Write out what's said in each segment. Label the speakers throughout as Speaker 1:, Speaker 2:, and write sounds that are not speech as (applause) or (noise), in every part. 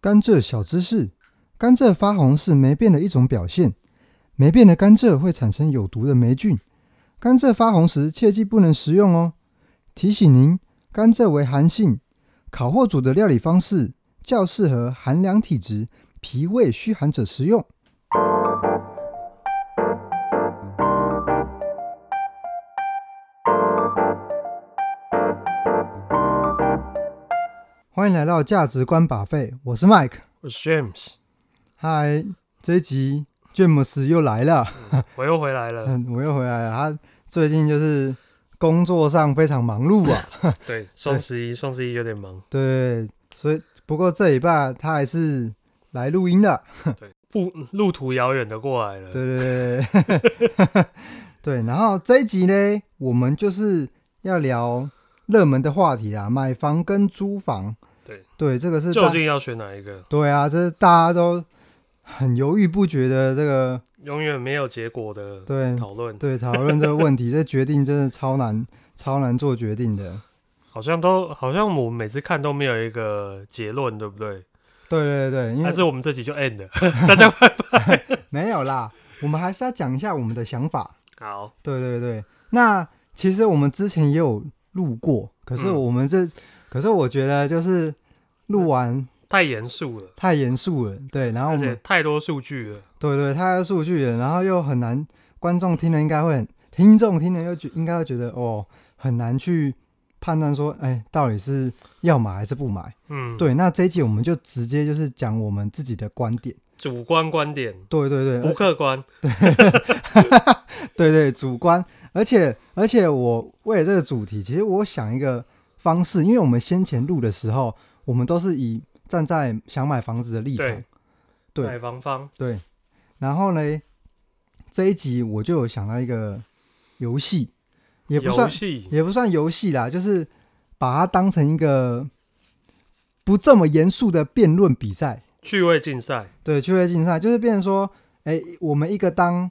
Speaker 1: 甘蔗小知识：甘蔗发红是霉变的一种表现。霉变的甘蔗会产生有毒的霉菌，甘蔗发红时切记不能食用哦。提醒您，甘蔗为寒性，烤或煮的料理方式较适合寒凉体质、脾胃虚寒者食用。欢迎来到价值观把费，我是 Mike。
Speaker 2: 我是 James，
Speaker 1: 嗨，这一集 James 又来了，
Speaker 2: 我又回来了。
Speaker 1: (laughs) 嗯，我又回来了。他最近就是工作上非常忙碌啊，
Speaker 2: 对，双十一，双十一有点忙。
Speaker 1: 对，所以不过这礼拜他还是来录音的，
Speaker 2: 不，路途遥远的过来了。
Speaker 1: 对对对对对 (laughs) 对。然后这一集呢，我们就是要聊热门的话题啊，买房跟租房。
Speaker 2: 对
Speaker 1: 对，这个是
Speaker 2: 究
Speaker 1: 大
Speaker 2: 竟要选哪一个？
Speaker 1: 对啊，这是大家都很犹豫不决的这个
Speaker 2: 永远没有结果的
Speaker 1: 对
Speaker 2: 讨论，
Speaker 1: 对讨论这个问题，这决定真的超难超难做决定的。
Speaker 2: 好像都好像我们每次看都没有一个结论，对不对？
Speaker 1: 对对对，因为
Speaker 2: 但是我们这集就 end
Speaker 1: (laughs)
Speaker 2: 了，大家快
Speaker 1: 没有啦，我们还是要讲一下我们的想法。
Speaker 2: 好。
Speaker 1: 对对对，那其实我们之前也有录过，可是
Speaker 2: 嗯
Speaker 1: 我们这，可是我觉得就是录完
Speaker 2: 太严肃了，
Speaker 1: 太严肃了，对，然后我
Speaker 2: 而且
Speaker 1: 们
Speaker 2: 太多数据了。
Speaker 1: 对对，太多数据了，然后又很难，观众听了应该会很，听众听了又觉应该会觉得哦，很难去判断说，哎，到底是要买还是不买？
Speaker 2: 嗯，，
Speaker 1: 对，那这一集我们就直接就是讲我们自己的观点，
Speaker 2: 主观观点
Speaker 1: 对对对，
Speaker 2: 不客观。
Speaker 1: 对对，主观，而且而且我为了这个主题，其实我想一个方式，因为我们先前录的时候，我们都是以站在想买房子的立场
Speaker 2: 对，
Speaker 1: 对
Speaker 2: 买房方
Speaker 1: 对。然后呢，这一集我就有想到一个游戏，也不
Speaker 2: 游
Speaker 1: 算
Speaker 2: 戏，
Speaker 1: 也不算游戏啦，就是把它当成一个不这么严肃的辩论比赛，
Speaker 2: 趣味竞赛，
Speaker 1: 对，趣味竞赛，就是变成说，哎，我们一个当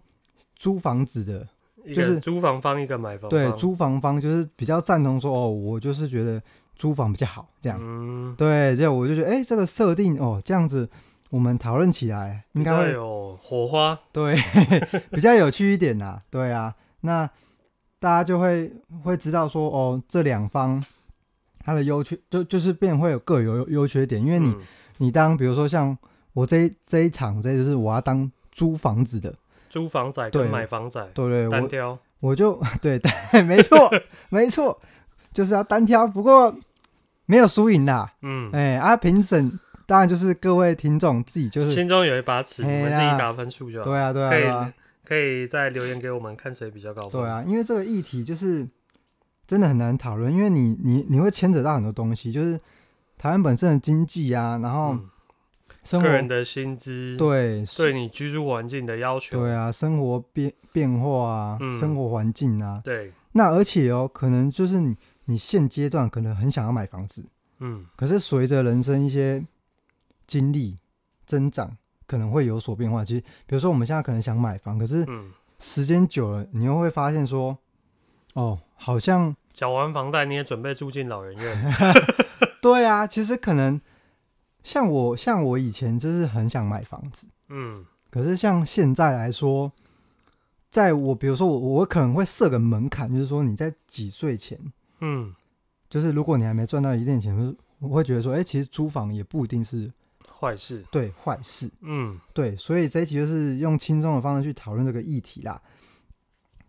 Speaker 1: 租房子的，
Speaker 2: 一
Speaker 1: 就
Speaker 2: 个
Speaker 1: 是
Speaker 2: 租房方，一个买房方。
Speaker 1: 对，租房方就是比较赞同说，哦，我就是觉得租房比较好，这样。
Speaker 2: 嗯，
Speaker 1: 对，这我就觉得，哎、这个设定哦，这样子我们讨论起来应该
Speaker 2: 比较
Speaker 1: 会
Speaker 2: 有火花。
Speaker 1: 对 (laughs) 比较有趣一点啦。对啊，那大家就会会知道说，哦，这两方它的优缺就就是便会有各有优优缺点，因为你、
Speaker 2: 嗯
Speaker 1: 你当比如说像我这一这一场，这就是我要当租房子的，
Speaker 2: 租房仔
Speaker 1: 对
Speaker 2: 跟买房仔
Speaker 1: 对不对？我
Speaker 2: 单挑，
Speaker 1: 我就对对， (laughs) 没错没错，就是要单挑，不过没有输赢啦。
Speaker 2: 嗯，
Speaker 1: 哎、啊，评审当然就是各位听众自己就是
Speaker 2: 心中有一把尺，你
Speaker 1: 嘿
Speaker 2: 们自
Speaker 1: 啦
Speaker 2: 己打分数就好。
Speaker 1: 对啊对啊
Speaker 2: 可
Speaker 1: 对啊
Speaker 2: 以可以再留言给我们，看谁比较高分。
Speaker 1: 对，啊，因为这个议题就是真的很难讨论，因为你你你会牵扯到很多东西，就是台湾本身的经济啊，然后
Speaker 2: 嗯，
Speaker 1: 生活、
Speaker 2: 个人的薪资，
Speaker 1: 对
Speaker 2: 对你居住环境的要求，
Speaker 1: 对啊，生活变变化啊，
Speaker 2: 嗯
Speaker 1: 生活环境啊，
Speaker 2: 对，
Speaker 1: 那而且哦，可能就是你你现阶段可能很想要买房子。
Speaker 2: 嗯，
Speaker 1: 可是随着人生一些经历增长，可能会有所变化。其实，比如说我们现在可能想买房，可是
Speaker 2: 嗯，
Speaker 1: 时间久了，你又会发现说，哦，好像
Speaker 2: 缴完房贷你也准备住进老人
Speaker 1: (laughs)
Speaker 2: 院，
Speaker 1: 对啊，其实可能像我像我以前就是很想买房子，
Speaker 2: 嗯，
Speaker 1: 可是像现在来说，在我比如说我我可能会设个门槛，就是说你在几岁前，
Speaker 2: 嗯，
Speaker 1: 就是如果你还没赚到一定的钱，就是我会觉得说，哎、其实租房也不一定是
Speaker 2: 坏事，
Speaker 1: 对坏事。
Speaker 2: 嗯
Speaker 1: 对，所以这一集就是用轻松的方式去讨论这个议题啦。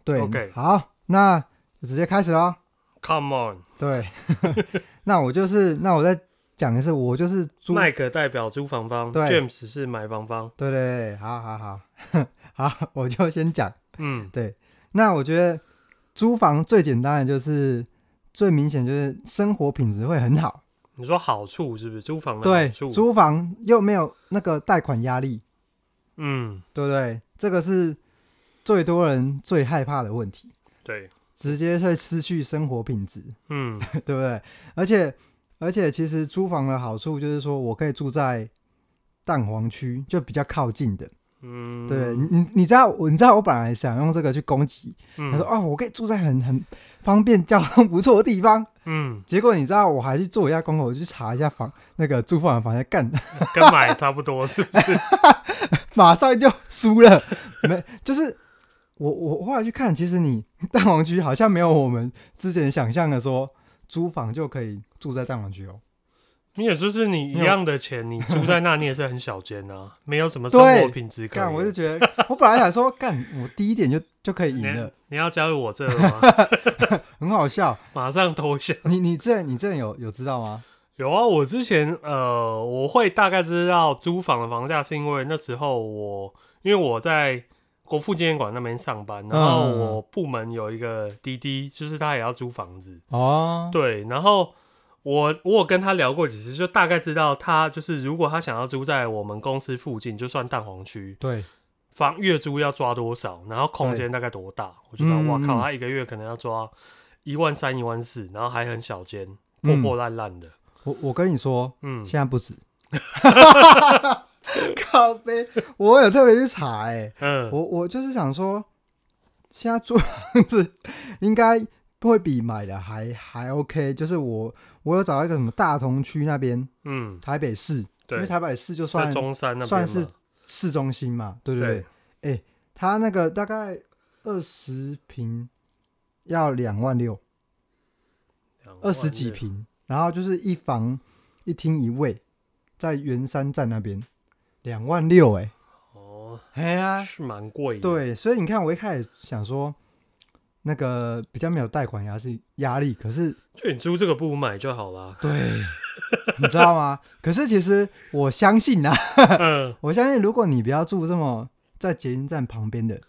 Speaker 1: 对
Speaker 2: OK
Speaker 1: 好，那就直接开始喽。
Speaker 2: ，Come
Speaker 1: 对， (laughs) 那我就是，那我再讲一次，我就是租
Speaker 2: on，，麦克代表租房方
Speaker 1: 对
Speaker 2: ，James 是买房方，
Speaker 1: 对对对，好好好， (laughs) 好，我就先讲。
Speaker 2: 嗯，
Speaker 1: 那我觉得租房最简单的就是，最明显就是生活品质会很好，
Speaker 2: 你说好处是不是租房的
Speaker 1: 对，
Speaker 2: 好处？
Speaker 1: 租房又没有那个贷款压力，
Speaker 2: 嗯，
Speaker 1: 对不对？这个是最多人最害怕的问题，
Speaker 2: 对，
Speaker 1: 直接会失去生活品质。 (laughs)
Speaker 2: 嗯，
Speaker 1: 对不对？而且而且，其实租房的好处就是说我可以住在蛋黄区，就比较靠近的。(laughs)
Speaker 2: 嗯，
Speaker 1: 对，你你你知道我你知道我本来想用这个去攻击，
Speaker 2: 嗯
Speaker 1: 他说哦，我可以住在很很方便、交通不错的地方。
Speaker 2: 嗯，
Speaker 1: 结果你知道，我还去做一下功课，我去查一下房那个住房的房价，干，
Speaker 2: 跟买差不多，是不是？
Speaker 1: 马上就输了。 (laughs) 没，就是我我后来去看，其实你蛋黄区好像没有我们之前想象的说租房就可以住在蛋黄区哦。
Speaker 2: 没有，就是你一
Speaker 1: 没有
Speaker 2: 样的钱，你住在那，你也是很小间啊，没有什么生活
Speaker 1: 对
Speaker 2: 品质可
Speaker 1: 干，我就
Speaker 2: 言。
Speaker 1: 觉得，我本来想说，干，我第一点就就可以赢
Speaker 2: 你 (laughs)
Speaker 1: 了，
Speaker 2: 你要加入我
Speaker 1: (laughs)
Speaker 2: 这个吗？
Speaker 1: 很好笑。
Speaker 2: 马上投降。
Speaker 1: 你你这你这有有知道吗？
Speaker 2: 有啊，我之前呃，我会大概知道租房的房价，是因为那时候我因为我在国父纪念馆那边上班，然后
Speaker 1: 嗯
Speaker 2: 我部门有一个滴滴，就是他也要租房子，
Speaker 1: 哦，
Speaker 2: 对，然后我我有跟他聊过几次，就大概知道他就是如果他想要租在我们公司附近，就算蛋黄区，
Speaker 1: 对，
Speaker 2: 房月租要抓多少，然后空间大概多大，我就知道，
Speaker 1: 嗯
Speaker 2: 哇靠，
Speaker 1: 嗯
Speaker 2: 他一个月可能要抓一万三、一万四，然后还很小间，破
Speaker 1: 嗯
Speaker 2: 破烂烂的，
Speaker 1: 我我跟你说，
Speaker 2: 嗯，
Speaker 1: 现在不止。 (laughs) 靠背，我有特别去查哎、
Speaker 2: 嗯
Speaker 1: 我我就是想说，现在租房子应该会比买的还还 OK。就是我我有找到一个什么大同区那边，
Speaker 2: 嗯，
Speaker 1: 台北市，因
Speaker 2: 对
Speaker 1: 为，台北市就
Speaker 2: 在
Speaker 1: 算
Speaker 2: 中山那边
Speaker 1: 算
Speaker 2: 嘛
Speaker 1: 是市中心嘛，对对
Speaker 2: 对
Speaker 1: 对。它那个大概二十平要两万六，
Speaker 2: 两万
Speaker 1: 二十几
Speaker 2: 六
Speaker 1: 平，然后就是一房一厅一卫，在圆山站那边，两万六哎、
Speaker 2: 哦，
Speaker 1: 哎呀，
Speaker 2: 是蛮贵的，，
Speaker 1: 对，所以你看，我一开始想说，那个比较没有贷款压是压力，可是。
Speaker 2: 就你租这个不如买就好啦
Speaker 1: 对， (laughs) 你知道吗？可是其实我相信啊，
Speaker 2: 嗯，
Speaker 1: (laughs) 我相信如果你不要住这么在捷运站旁边的，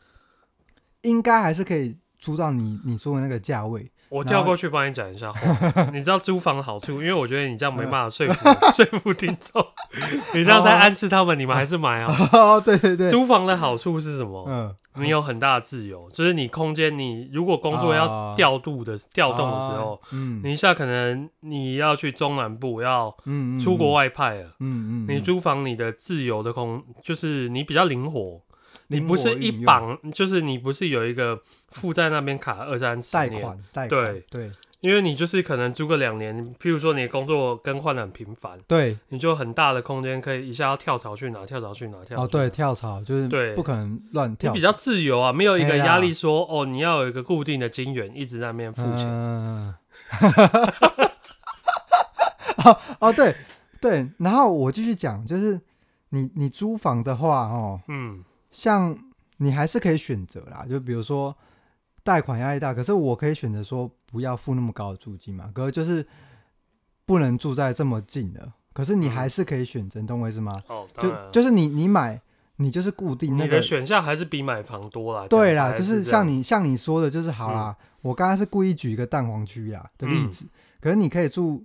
Speaker 1: 应该还是可以租到你你说的那个价位。 (laughs)
Speaker 2: 我
Speaker 1: 然
Speaker 2: 调
Speaker 1: 后
Speaker 2: 过去帮你讲一
Speaker 1: (laughs)
Speaker 2: 下话。你知道租房的好处，因为我觉得你这样没
Speaker 1: 嗯
Speaker 2: 办法说服说服听众， (laughs) 你这样在暗示他们，你们还是买好。
Speaker 1: 哦，对哦 (laughs) 对对，
Speaker 2: 租房的好处是什么？
Speaker 1: 嗯，
Speaker 2: 你有很大的自由，就是你空间，你如果工作要
Speaker 1: 哦
Speaker 2: 调度的调动的时候，
Speaker 1: 啊，嗯，
Speaker 2: 你一下可能你要去中南部，要
Speaker 1: 嗯嗯
Speaker 2: 出国，外派了。
Speaker 1: 嗯嗯，嗯
Speaker 2: 你租房，你的自由的空就是你比较灵活，你
Speaker 1: 灵
Speaker 2: 不
Speaker 1: 活
Speaker 2: 是
Speaker 1: 运
Speaker 2: 一
Speaker 1: 用
Speaker 2: 绑，就是你不是有一个负在那边卡二三十
Speaker 1: 贷
Speaker 2: 年，
Speaker 1: 款贷款，
Speaker 2: 对
Speaker 1: 对
Speaker 2: 因为你就是可能租个两年，譬如说你的工作更换的很频繁，
Speaker 1: 对，
Speaker 2: 你就有很大的空间可以一下要跳槽去哪，跳槽去哪，跳槽
Speaker 1: 哦
Speaker 2: 去哪
Speaker 1: 对，，跳槽就是
Speaker 2: 对
Speaker 1: 不可能乱
Speaker 2: 你
Speaker 1: 跳，
Speaker 2: 比较自由啊，没有一个
Speaker 1: 哎呀
Speaker 2: 压力说哦，你要有一个固定的金源一直在那边付钱，
Speaker 1: 嗯、 (laughs) 哦哦，对对，然后我继续讲，就是你你租房的话，哦，
Speaker 2: 嗯
Speaker 1: 像你还是可以选择啦，就比如说贷款压力大，可是我可以选择说不要付那么高的租金嘛，可是就是不能住在这么近的，可是你还是可以选择，你懂我意思吗？
Speaker 2: 哦，嗯当然啊
Speaker 1: 就就是你你买，你就是固定那
Speaker 2: 你
Speaker 1: 个
Speaker 2: 的选项还是比买房多啦，
Speaker 1: 对
Speaker 2: 讲
Speaker 1: 啦，
Speaker 2: 白
Speaker 1: 就是
Speaker 2: 这样
Speaker 1: 像你像你说的，就是好啦。我刚刚是故意举一个蛋黄区啦的例
Speaker 2: 嗯
Speaker 1: 子，可是你可以住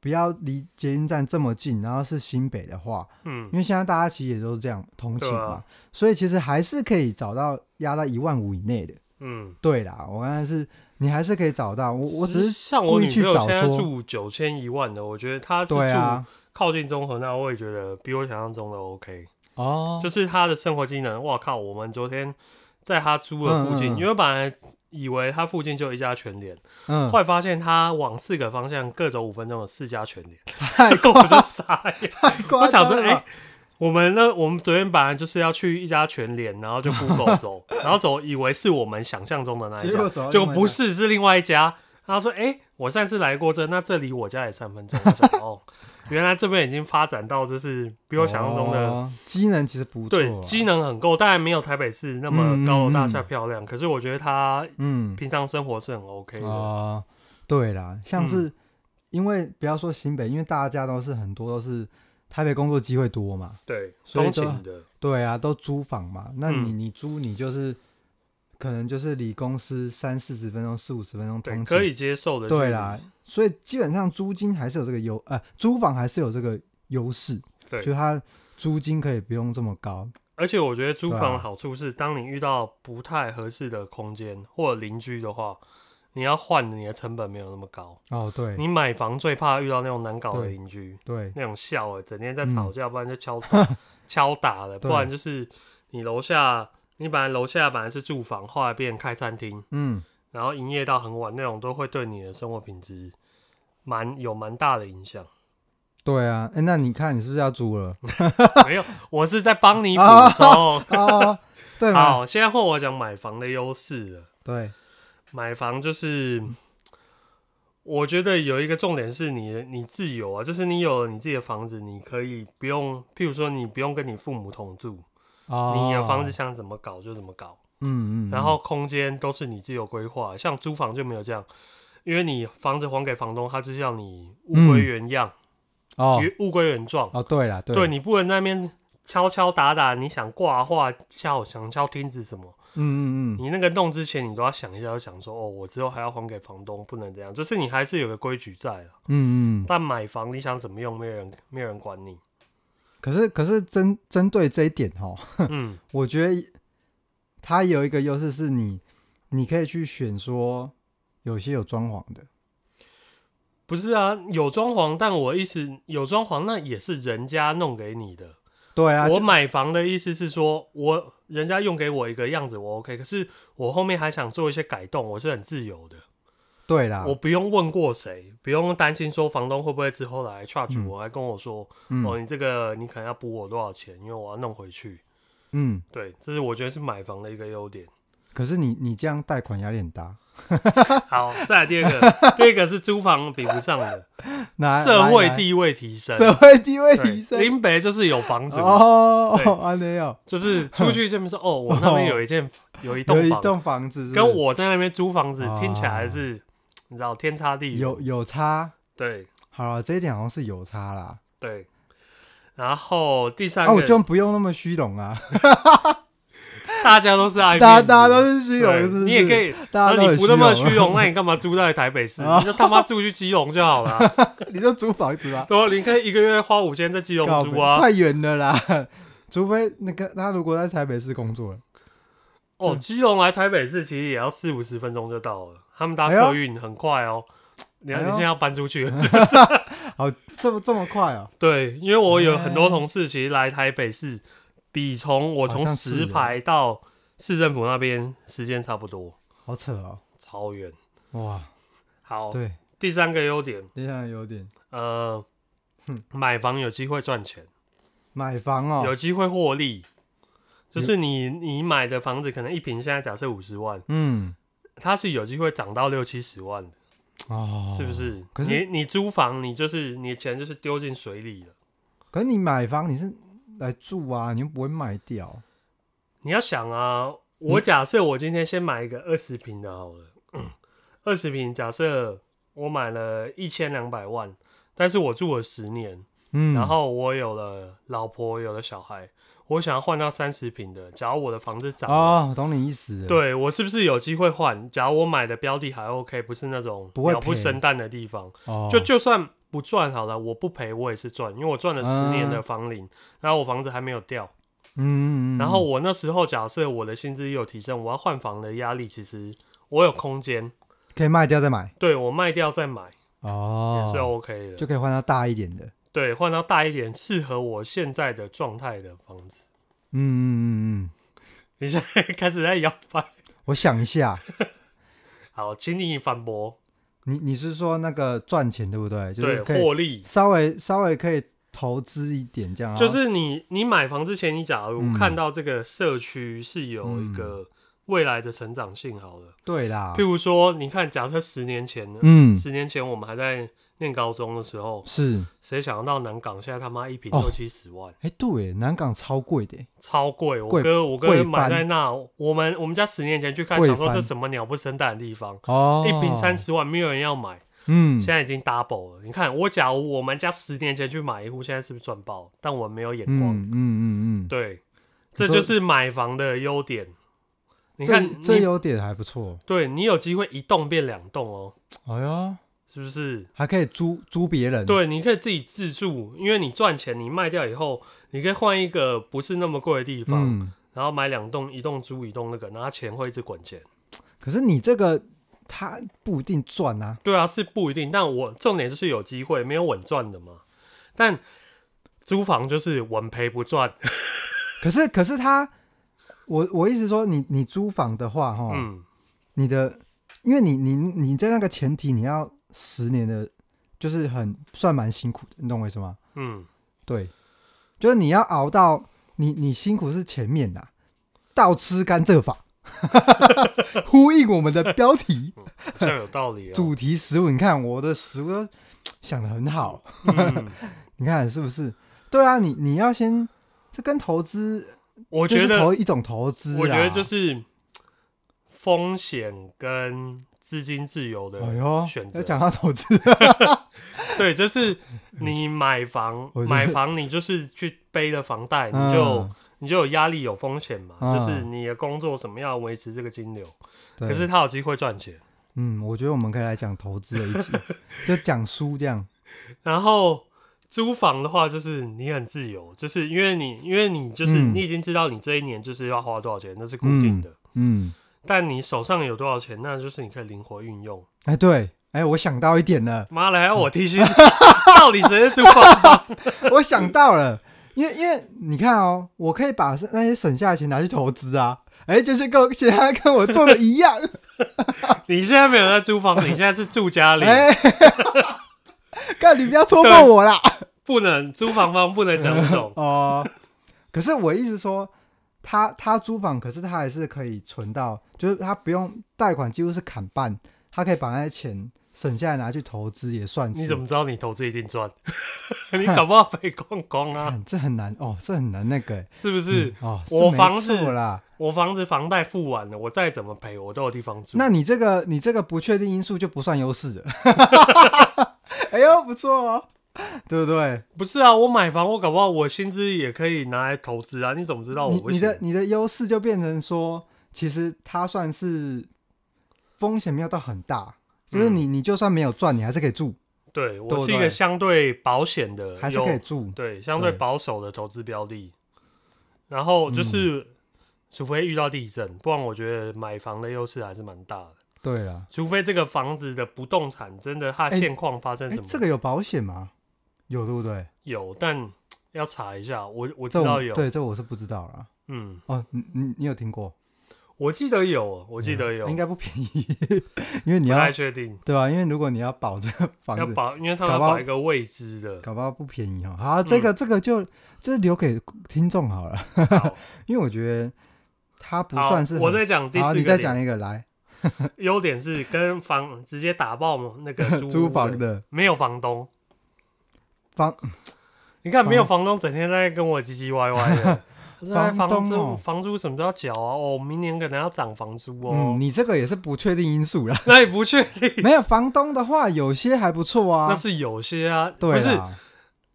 Speaker 1: 不要离捷运站这么近，然后是新北的话，
Speaker 2: 嗯
Speaker 1: 因为现在大家其实也都是这样通勤
Speaker 2: 对
Speaker 1: 嘛，
Speaker 2: 啊
Speaker 1: 所以其实还是可以找到压到一万五以内的。
Speaker 2: 嗯，
Speaker 1: 对啦，我刚刚是你还是可以找到，我我只是
Speaker 2: 像我
Speaker 1: 故
Speaker 2: 女
Speaker 1: 意去
Speaker 2: 朋友
Speaker 1: 找
Speaker 2: 现在
Speaker 1: 说
Speaker 2: 住九千一万的，我觉得她是住
Speaker 1: 对啊，
Speaker 2: 靠近综合，那我也觉得比我想象中的 OK。
Speaker 1: 哦，
Speaker 2: 就是他的生活机能，哇靠！我们昨天在他租的附
Speaker 1: 嗯嗯
Speaker 2: 近，
Speaker 1: 嗯
Speaker 2: 因为本来以为他附近就有一家全联，
Speaker 1: 嗯
Speaker 2: 后，来发现他往四个方向各走五分钟有四家全联，
Speaker 1: 太
Speaker 2: (laughs) 我
Speaker 1: 夸
Speaker 2: 就傻眼。我
Speaker 1: (laughs) 夸
Speaker 2: 想
Speaker 1: 张
Speaker 2: 说，
Speaker 1: 了
Speaker 2: 哎、
Speaker 1: 吧，
Speaker 2: 我们呢？我们昨天本来就是要去一家全联，然后
Speaker 1: (laughs)
Speaker 2: 就 Google 走，然后走以为是我们想象中的那一
Speaker 1: 结果
Speaker 2: 家，
Speaker 1: 走到
Speaker 2: 哎结果
Speaker 1: 另外一家
Speaker 2: 不是，是另外一家。他说：“哎、我上次来过这，那这离我家也三分钟。”我想
Speaker 1: (laughs)
Speaker 2: 哦，原来这边已经发展到就是比我想象中的
Speaker 1: 哦机能其实不错，啊
Speaker 2: 对，机，能很够，当然没有台北市那么高楼大厦漂亮，可是我觉得它
Speaker 1: 嗯，
Speaker 2: 平常生活是很 OK 的。
Speaker 1: 哦，对啦，像
Speaker 2: 嗯
Speaker 1: 是、因为不要说新北，因为大家都是很多都是台北工作机会多嘛，
Speaker 2: 对，
Speaker 1: 所以
Speaker 2: 通
Speaker 1: 就
Speaker 2: 勤的，
Speaker 1: 对啊，都租房嘛。那你、
Speaker 2: 嗯
Speaker 1: 你租你就是可能就是离公司三四十分钟、四五十分钟通
Speaker 2: 对，
Speaker 1: 勤，
Speaker 2: 可以接受的。
Speaker 1: 对啦，，所以基本上租金还是有这个优，呃，租房还是有这个优势，
Speaker 2: 对
Speaker 1: 就它租金可以不用这么高。
Speaker 2: 而且我觉得租
Speaker 1: 对啊
Speaker 2: 房的好处是，当你遇到不太合适的空间或者邻居的话，你要换你的成本没有那么高。
Speaker 1: 哦，对
Speaker 2: 你买房最怕遇到那种难搞的
Speaker 1: 对
Speaker 2: 邻居，
Speaker 1: 对，
Speaker 2: 那种笑的，整天在
Speaker 1: 嗯
Speaker 2: 吵架，不然就敲打敲打了，不
Speaker 1: 对
Speaker 2: 然就是你楼下，你本来楼下本来是住房，后来变开餐厅。
Speaker 1: 嗯，
Speaker 2: 然后营业到很晚那种，都会对你的生活品质蛮有蛮大的影响。
Speaker 1: 对啊，哎，那你看你是不是要租
Speaker 2: (laughs)
Speaker 1: 了？
Speaker 2: 没有，我是在帮你补
Speaker 1: 啊 (laughs)
Speaker 2: 充。
Speaker 1: 啊，对嘛？
Speaker 2: 好，现在换我讲买房的优势了。
Speaker 1: 对，
Speaker 2: 买房就是，我觉得有一个重点是你的你自由啊，就是你有了你自己的房子，你可以不用，譬如说你不用跟你父母同住，
Speaker 1: 哦，
Speaker 2: 你的房子，想怎么搞就怎么搞，
Speaker 1: 嗯嗯，
Speaker 2: 然后空间都是你自由规划。像租房就没有这样，因为你房子还给房东，他就是要你物归原样，
Speaker 1: 嗯哦
Speaker 2: 原物归原状。
Speaker 1: 哦，对了，
Speaker 2: 对
Speaker 1: 对，
Speaker 2: 你不能在那边敲敲打打，你想挂画、敲想敲钉子什么，
Speaker 1: 嗯嗯嗯，
Speaker 2: 你那个弄之前，你都要想一下，要想说，哦，我之后还要还给房东，不能这样。就是你还是有个规矩在啊。
Speaker 1: 嗯嗯，
Speaker 2: 但买房你想怎么用，没有人没有人管你。
Speaker 1: 可是可是针针对这一点哈，
Speaker 2: 嗯，
Speaker 1: (laughs) 我觉得它有一个优势是你，你可以去选说有些有装潢的，
Speaker 2: 不是啊，有装潢，但我意思有装潢，那也是人家弄给你的。
Speaker 1: 对啊，
Speaker 2: 我
Speaker 1: 就
Speaker 2: 买房的意思是说，我人家用给我一个样子，我 OK。可是我后面还想做一些改动，我是很自由的，
Speaker 1: 对啦，
Speaker 2: 我不用问过谁，不用担心说房东会不会之后来 charge
Speaker 1: 嗯
Speaker 2: 我，来跟我说，哦，
Speaker 1: 嗯
Speaker 2: 你这个你可能要补我多少钱，因为我要弄回去。
Speaker 1: 嗯，
Speaker 2: 对，这是我觉得是买房的一个优点。 (laughs)
Speaker 1: 可是你你这样贷款压力很大，
Speaker 2: 好，再来第二个，第二个是租房比不上的，
Speaker 1: 那
Speaker 2: 社会
Speaker 1: (laughs) 来
Speaker 2: 地位提升
Speaker 1: 来。社会地位
Speaker 2: 对
Speaker 1: 提升
Speaker 2: 林北就是有房主，
Speaker 1: 哦 (laughs)
Speaker 2: 对，
Speaker 1: 安没有，
Speaker 2: 就是出去这边说，哦，我那边有一间有一
Speaker 1: 有
Speaker 2: 栋
Speaker 1: 一
Speaker 2: 房，
Speaker 1: 栋房子是不是
Speaker 2: 跟我在那边租房子
Speaker 1: 啊
Speaker 2: 听起来是，你知道天差地
Speaker 1: 有
Speaker 2: 远。
Speaker 1: 有差，
Speaker 2: 对
Speaker 1: 好了，这一点好像是有差啦，
Speaker 2: 对。然后第三
Speaker 1: 啊，我就
Speaker 2: 个，
Speaker 1: 不用那么虚荣啊，
Speaker 2: 大家都是爱面
Speaker 1: 大家
Speaker 2: 子
Speaker 1: 大家都是虚荣，
Speaker 2: 对
Speaker 1: 是不是？
Speaker 2: 你也可，以，
Speaker 1: 大
Speaker 2: 那
Speaker 1: 家都很
Speaker 2: 你不那么虚
Speaker 1: 荣，
Speaker 2: 荣，那你干嘛租在台北
Speaker 1: (laughs)
Speaker 2: 市？
Speaker 1: 啊
Speaker 2: 你就他妈住去基隆就好
Speaker 1: (laughs)
Speaker 2: 了。啊
Speaker 1: 你就租房子啊，
Speaker 2: 对，你可以一个月花五千在基隆
Speaker 1: 告
Speaker 2: 租
Speaker 1: 别
Speaker 2: 啊。
Speaker 1: 太远了啦。除非那个他如果在台北市工作了，
Speaker 2: 哦，
Speaker 1: 对
Speaker 2: 基隆来台北市其实也要四五十分钟就到了，他们搭
Speaker 1: 哎呦
Speaker 2: 客运很快哦。你要
Speaker 1: 哎呦
Speaker 2: 你现在要搬出去了？ (laughs)
Speaker 1: 好，这么这么快哦、
Speaker 2: 对，因为我有很多
Speaker 1: 哎
Speaker 2: 同事其实来台北市，比从我
Speaker 1: 好
Speaker 2: 从
Speaker 1: 像是
Speaker 2: 石牌到市政府那边时间差不多，
Speaker 1: 好扯哦、
Speaker 2: 超远。
Speaker 1: 哇，
Speaker 2: 好，
Speaker 1: 对，
Speaker 2: 第三个优点，
Speaker 1: 这样有点
Speaker 2: 呃
Speaker 1: 哼，
Speaker 2: 买房有机会赚钱，
Speaker 1: 买房哦、
Speaker 2: 有机会获利。就
Speaker 1: 有
Speaker 2: 是你你买的房子可能一平现在假设五十万，
Speaker 1: 嗯，
Speaker 2: 它是有机会涨到六七十万的。
Speaker 1: 哦，
Speaker 2: 是不？是？
Speaker 1: 可是
Speaker 2: 你你租房，你就是你的钱就是丢进水里了。
Speaker 1: 可是你买房你是来住啊，你又不会卖掉，
Speaker 2: 你要想啊，我假设我今天先买一个二十平的好了，二十平，假设我买了一千两百万，但是我住了十年，
Speaker 1: 嗯，
Speaker 2: 然后我有了老婆，有了小孩，我想要换到三十平的，假如我的房子涨了，
Speaker 1: 哦，懂你意思了，
Speaker 2: 对我是不是有机会换？假如我买的标的还 OK，不是那种
Speaker 1: 不会
Speaker 2: 鸟不
Speaker 1: 赔
Speaker 2: 生蛋的地方，
Speaker 1: 哦，
Speaker 2: 就就算不赚好了，我不赔我也是赚，因为我赚了十年的
Speaker 1: 嗯
Speaker 2: 房龄，然后我房子还没有掉，
Speaker 1: 嗯嗯，嗯
Speaker 2: 然后我那时候假设我的薪资也有提升，我要换房的压力其实我有空间，
Speaker 1: 可以卖掉再买，
Speaker 2: 对我卖掉再买
Speaker 1: 哦，
Speaker 2: 也是 OK 的，
Speaker 1: 就可以换到大一点的，
Speaker 2: 对，换到大一点适合我现在的状态的房子。 (laughs)
Speaker 1: 嗯嗯嗯
Speaker 2: 你现在开始在摇摆，
Speaker 1: 嗯，我想一下，
Speaker 2: 好，请你反驳，
Speaker 1: 你你是说那个赚钱对不对？就是
Speaker 2: 对，
Speaker 1: 可以
Speaker 2: 获利。
Speaker 1: 稍微稍微可以投资一点这样，哦然后
Speaker 2: 就是你，你买房之前，你假如
Speaker 1: 啊嗯
Speaker 2: 看到这个社区是有一个未来的成长性，好了，
Speaker 1: 对啦
Speaker 2: 譬，如说，你看，假设十年前呢，
Speaker 1: 嗯，
Speaker 2: 十年前我们还在念高中的时候，
Speaker 1: 是，
Speaker 2: 谁想得到南港现在他妈一平
Speaker 1: 哦
Speaker 2: 六七十万，
Speaker 1: 哎，对，南港超贵的，
Speaker 2: 超贵！我
Speaker 1: 贵
Speaker 2: 哥我
Speaker 1: 贵
Speaker 2: 哥
Speaker 1: 翻
Speaker 2: 买在那，我们我们家十年前去看，
Speaker 1: 贵
Speaker 2: 想说
Speaker 1: 翻
Speaker 2: 这什么鸟不生蛋的地方，
Speaker 1: 哦，
Speaker 2: 一平三，十万，没有人要买，
Speaker 1: 嗯
Speaker 2: 现，在已经 double 了。你看，我假如我们家十年前去买一户，现在是不是赚爆？但我们没有眼
Speaker 1: 嗯
Speaker 2: 光，
Speaker 1: 嗯嗯嗯，
Speaker 2: 对，
Speaker 1: 你
Speaker 2: 这
Speaker 1: 说
Speaker 2: 就是买房的优点。你
Speaker 1: 这
Speaker 2: 看，
Speaker 1: 这
Speaker 2: 你
Speaker 1: 优点还不错，
Speaker 2: 对你有机会一栋变两栋哦，
Speaker 1: 哎呦，
Speaker 2: 是不是？
Speaker 1: 还可以租租别人，，
Speaker 2: 对，你可以自己自住，因为你赚钱，你卖掉以后，你可以换一个不是那么贵的地方，
Speaker 1: 嗯，
Speaker 2: 然后买两栋，一栋租一栋那个，然后钱会一直滚钱。
Speaker 1: 可是你这个他不一定赚啊，
Speaker 2: 对啊，是不一定，但我重点就是有机会，没有稳赚的嘛。但租房就是稳赔不赚，
Speaker 1: 可是可是他，我我意思说你你租房的话，哈，
Speaker 2: 嗯，
Speaker 1: 你的，因为你你你在那个前提，你要十年的就是很算蛮辛苦的，你懂我意思吗？
Speaker 2: 嗯，
Speaker 1: 对，就是你要熬到你你辛苦是前面的，倒吃甘蔗法， (laughs) 呼应我们的标题
Speaker 2: 这 (laughs) 样有
Speaker 1: (laughs)
Speaker 2: 道理哦。
Speaker 1: 主题食物。你看我的食物都想的很好，
Speaker 2: 嗯，
Speaker 1: 你看是不是？对啊，你你要先这跟投资，
Speaker 2: 我
Speaker 1: 就
Speaker 2: 觉
Speaker 1: 是
Speaker 2: 得，
Speaker 1: 投一种投资，啊
Speaker 2: 我觉得就，是风险跟资金自由
Speaker 1: 哎
Speaker 2: 的
Speaker 1: 呦，
Speaker 2: 选择
Speaker 1: 要。讲到投资，
Speaker 2: 对，就是你买房
Speaker 1: 我，觉得
Speaker 2: 买房你就是去背了房贷， (laughs) 你就
Speaker 1: 嗯
Speaker 2: 你就有压力、有风险嘛。
Speaker 1: 嗯
Speaker 2: 就是你的工作什么要维持这个金流，
Speaker 1: 对
Speaker 2: 可是他有机会赚钱。
Speaker 1: 嗯，我觉得我们可以来讲投资的一
Speaker 2: (laughs)
Speaker 1: 集，就讲书这样。
Speaker 2: 然后租房的话，就是你很自由，就是因为你因为你就是
Speaker 1: 嗯
Speaker 2: 你已经知道你这一年就是要花多少钱，那是固定的。 (laughs)
Speaker 1: 嗯，
Speaker 2: 但你手上有多少钱，那就是你可以灵活运用。
Speaker 1: 哎，对，哎，我想到一点了，
Speaker 2: 妈的，还要我
Speaker 1: (laughs)
Speaker 2: 提醒，到底谁是租房 (laughs) 方？
Speaker 1: 我想到了，因为因为你看哦，我可以把那些省下的钱拿去投资啊。哎，就是跟其他跟我做的一样，
Speaker 2: 你现在没有在租房子，你现在是住家里，
Speaker 1: 哎，
Speaker 2: (laughs)
Speaker 1: 看你不要戳破我啦。 (laughs)
Speaker 2: 不能租房方不能等不懂。
Speaker 1: 哦、可是我一直说，他他租房，可是他还是可以存到，就是他不用贷款，几乎是砍半，他可以把那些钱省下来拿去投资，也算是。
Speaker 2: 你怎么知道你投资一定赚？ (laughs) 你搞不好被光光啊，
Speaker 1: 看这很难哦，这很难那个欸
Speaker 2: 是不是？
Speaker 1: 哦，是
Speaker 2: 我
Speaker 1: 没
Speaker 2: 房子
Speaker 1: 错啦。
Speaker 2: 我房子房贷付完了，我再怎么赔，我都有地方住。
Speaker 1: 那你这个你这个不确定因素就不算优势了。 (laughs) 哎呦，不错哦，对不对？
Speaker 2: 不是啊，我买房，我搞不好我薪资也可以拿来投资啊。你怎么知道我
Speaker 1: 你
Speaker 2: 不
Speaker 1: 你
Speaker 2: 行？
Speaker 1: 的你的优势就变成说，其实它算是风险没有到很大，就是
Speaker 2: 嗯
Speaker 1: 你、你就算没有赚，你还是可以住，
Speaker 2: 对我
Speaker 1: 对不
Speaker 2: 是一个
Speaker 1: 对
Speaker 2: 相对保险的，
Speaker 1: 还是
Speaker 2: 有
Speaker 1: 可以住。
Speaker 2: 对相对
Speaker 1: 对嗯
Speaker 2: 保守的投资标的。然后就是，除非遇到地震，不然我觉得买房的优势还是蛮大的。
Speaker 1: 对了，
Speaker 2: 除非这个房子的不动产真的它
Speaker 1: 哎
Speaker 2: 现况发生
Speaker 1: 哎、
Speaker 2: 什么，
Speaker 1: 这个有保险吗？有对不对？
Speaker 2: 有，但要查一下。我我
Speaker 1: 这
Speaker 2: 知
Speaker 1: 我
Speaker 2: 道有，
Speaker 1: 对这我是不知道啦。
Speaker 2: 嗯，
Speaker 1: 哦，你你你有听过？
Speaker 2: 我记得有，我记得有，
Speaker 1: 嗯应该不便宜， (laughs) 因为你
Speaker 2: 不
Speaker 1: 要
Speaker 2: 太确定，
Speaker 1: 对吧、因为如果你要保这个房
Speaker 2: 要
Speaker 1: 子，
Speaker 2: 保，因为他们
Speaker 1: 搞
Speaker 2: 要
Speaker 1: 不好
Speaker 2: 保一个未知的。
Speaker 1: 搞不好不便宜哦。好，
Speaker 2: 嗯
Speaker 1: 这个、这个就这留给听众好了，
Speaker 2: 好
Speaker 1: (laughs) 因为我觉得它不
Speaker 2: 好
Speaker 1: 算是很
Speaker 2: 我再讲第
Speaker 1: 好，
Speaker 2: 四个
Speaker 1: 你再
Speaker 2: 点
Speaker 1: 讲一个来
Speaker 2: 优点是跟房直接打爆
Speaker 1: (laughs)
Speaker 2: 那个租
Speaker 1: 租
Speaker 2: 屋
Speaker 1: 房
Speaker 2: 的，
Speaker 1: 的
Speaker 2: 没有房东。
Speaker 1: (laughs) 房，
Speaker 2: 你看
Speaker 1: 房
Speaker 2: 没有房东，整天在跟我唧唧歪
Speaker 1: (laughs)
Speaker 2: 歪的。在
Speaker 1: 房东
Speaker 2: 租
Speaker 1: 哦
Speaker 2: 房租什么都要缴啊！哦，明年可能要涨房租哦
Speaker 1: 嗯，。你这个也是不确定因素
Speaker 2: (laughs)
Speaker 1: 啦。
Speaker 2: 那也
Speaker 1: (laughs)
Speaker 2: 不确定，
Speaker 1: 没有房东的话，有些还不错啊。
Speaker 2: 那是有些啊，不
Speaker 1: 对
Speaker 2: 是
Speaker 1: 啦，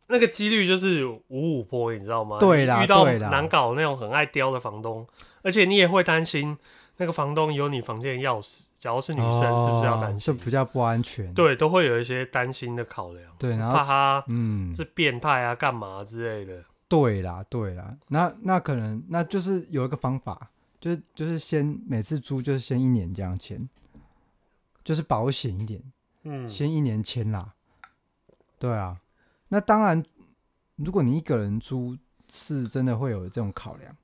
Speaker 2: 那个几率就是五五坡，你知道吗？
Speaker 1: 对啦
Speaker 2: 遇到
Speaker 1: 对啦
Speaker 2: 难搞那种很爱刁的房东，而且你也会担心那个房东有你房间的钥匙，假如是女生，是不是要担
Speaker 1: 哦
Speaker 2: 心
Speaker 1: 就？比较不安全。
Speaker 2: 对，都会有一些担心的考量，啊
Speaker 1: 对，然
Speaker 2: 怕
Speaker 1: 后
Speaker 2: 他
Speaker 1: 嗯，
Speaker 2: 是变态啊、干嘛之类的。
Speaker 1: 对啦，对啦，那那可能那就是有一个方法，就是就是先每次租就是先一年这样签，就是保险一点，
Speaker 2: 嗯，
Speaker 1: 先一年签啦。对啊，那当然，如果你一个人租，是真的会有这种考量，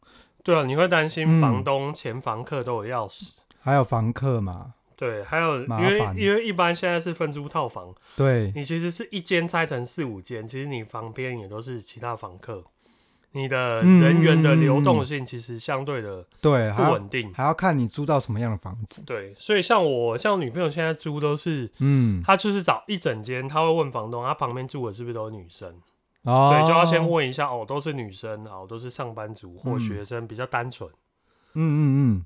Speaker 2: 对啊，你会担心
Speaker 1: 嗯
Speaker 2: 房东、前房客都有钥匙。
Speaker 1: 还有房客嘛，
Speaker 2: 对，还有因
Speaker 1: 麻
Speaker 2: 为
Speaker 1: 烦
Speaker 2: 因为一般现在是分租套房，
Speaker 1: 对，
Speaker 2: 你其实是一间拆成四五间，其实你旁边也都是其他房客，你的
Speaker 1: 嗯
Speaker 2: 人员的流动性其实相对的
Speaker 1: 对，
Speaker 2: 不
Speaker 1: 还要
Speaker 2: 稳定。
Speaker 1: 还要看你租到什么样的房子。
Speaker 2: 对，所以像我像我女朋友现在租都是，
Speaker 1: 嗯，
Speaker 2: 她就是找一整间，她会问房东，她旁边住的是不是都是女生？
Speaker 1: 哦，
Speaker 2: 对，就要先问一下哦，都是女生，哦，都是上班族或
Speaker 1: 嗯
Speaker 2: 学生，比较单纯。
Speaker 1: 嗯嗯嗯，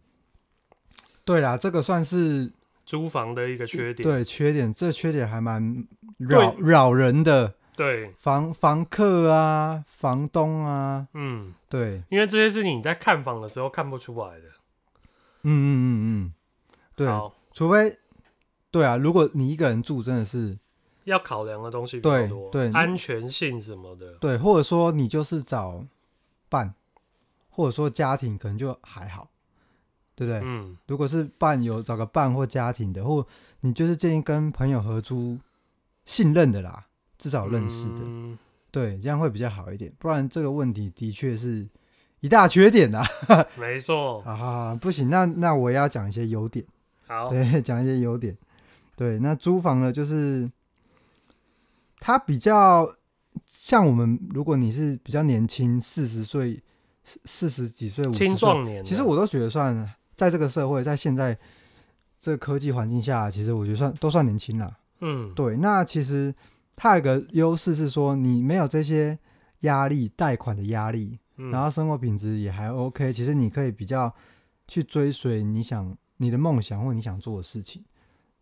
Speaker 1: 对啦，这个算是
Speaker 2: 租房的一个缺点，
Speaker 1: 对缺点，这缺点还蛮
Speaker 2: 对
Speaker 1: 扰扰人的，
Speaker 2: 对，
Speaker 1: 房房客啊，房东啊，
Speaker 2: 嗯，
Speaker 1: 对，
Speaker 2: 因为这些是你在看房的时候看不出来的。
Speaker 1: 嗯嗯嗯嗯，对，
Speaker 2: 好，
Speaker 1: 除非对啊，如果你一个人住，真的是
Speaker 2: 要考量的东西比较
Speaker 1: 对
Speaker 2: 多，
Speaker 1: 对
Speaker 2: 安全性什么的。
Speaker 1: 对，或者说你就是找伴，或者说家庭，可能就还好，对不对？
Speaker 2: 嗯，
Speaker 1: 如果是伴有找个伴或家庭的，或你就是建议跟朋友合租，信任的啦，至少认识的，
Speaker 2: 嗯
Speaker 1: 对，这样会比较好一点。不然这个问题的确是一大缺点啊！
Speaker 2: 没
Speaker 1: (laughs)
Speaker 2: 错。
Speaker 1: 啊，不行，那那我也要讲一些优点，
Speaker 2: 好，
Speaker 1: 对，讲一些优点。对，那租房呢，就是它比较像我们，如果你是比较年轻，四十岁、四四十几岁、五
Speaker 2: 青
Speaker 1: 十岁，
Speaker 2: 壮年的，
Speaker 1: 其实我都觉得算在这个社会，在现在这个科技环境下，其实我觉得算都算年轻了。
Speaker 2: 嗯
Speaker 1: 对，那其实它有一个优势是说，你没有这些压力，贷款的压力，
Speaker 2: 嗯，
Speaker 1: 然后生活品质也还 OK。其实你可以比较去追随你想你的梦想或你想做的事情，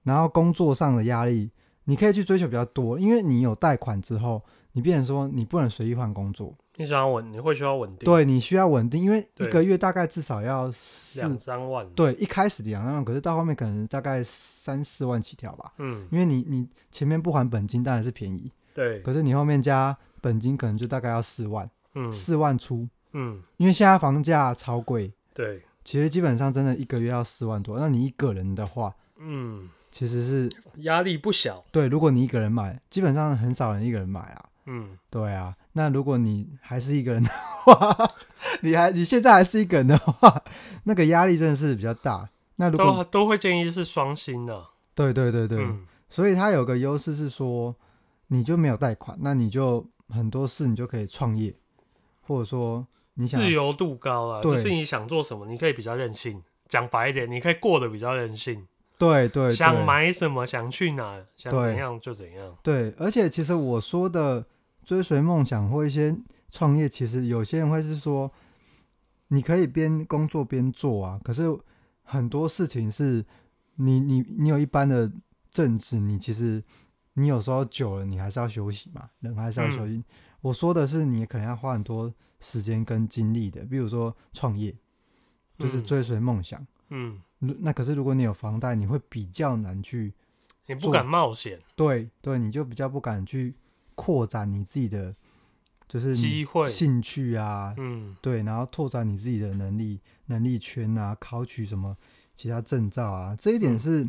Speaker 1: 然后工作上的压力你可以去追求比较多，因为你有贷款之后，你变成说你不能随意换工作，
Speaker 2: 你想要稳，你会需要稳定，，
Speaker 1: 对你需要稳定，因为一
Speaker 2: 对
Speaker 1: 个月大概至少要四
Speaker 2: 两三万，，
Speaker 1: 对一开始两万，可是到后面可能大概三四万起跳吧，
Speaker 2: 嗯，
Speaker 1: 因为你你前面不还本金当然是便宜，
Speaker 2: 对，
Speaker 1: 可是你后面加本金可能就大概要四万
Speaker 2: 嗯
Speaker 1: 四万出，
Speaker 2: 嗯，
Speaker 1: 因为现在房价超贵。
Speaker 2: 对，
Speaker 1: 其实基本上真的一个月要四万多，那你一个人的话，
Speaker 2: 嗯，
Speaker 1: 其实是
Speaker 2: 压力不小，
Speaker 1: 对，如果你一个人买，基本上很少人一个人买啊，
Speaker 2: 嗯，
Speaker 1: 对啊。那如果你还是一个人的话，你还你现在还是一个人的话，那个压力真的是比较大。那如
Speaker 2: 都
Speaker 1: 果
Speaker 2: 都会建议是双薪的，
Speaker 1: 对对对对，
Speaker 2: 啊嗯
Speaker 1: 所以它有个优势是说，你就没有贷款，那你就很多事你就可以创业，或者说你想
Speaker 2: 自由度高啊，
Speaker 1: 对
Speaker 2: 就是你想做什么，你可以比较任性。讲白一点，你可以过得比较任性，
Speaker 1: 对对对
Speaker 2: 想买什么，想去哪，想
Speaker 1: 对
Speaker 2: 怎样就怎样。
Speaker 1: 对，而且其实我说的追随梦想或一些创业，其实有些人会是说，你可以边工作边做啊，可是很多事情是你你你有一般的正职，你其实你有时候久了，你还是要休息嘛，人还是要休息。我说的是，你可能要花很多时间跟精力的，比如说创业，就是
Speaker 2: 嗯
Speaker 1: 追随梦想。
Speaker 2: 嗯，
Speaker 1: 如那可是如果你有房贷，你会比较难去
Speaker 2: 你不
Speaker 1: 做
Speaker 2: 敢冒险，
Speaker 1: 对对，你就比较不敢去扩展你自己的就是你
Speaker 2: 机会
Speaker 1: 兴趣啊，
Speaker 2: 嗯
Speaker 1: 对，然后拓展你自己的能力能力圈啊，考取什么其他证照啊，这一点
Speaker 2: 嗯
Speaker 1: 是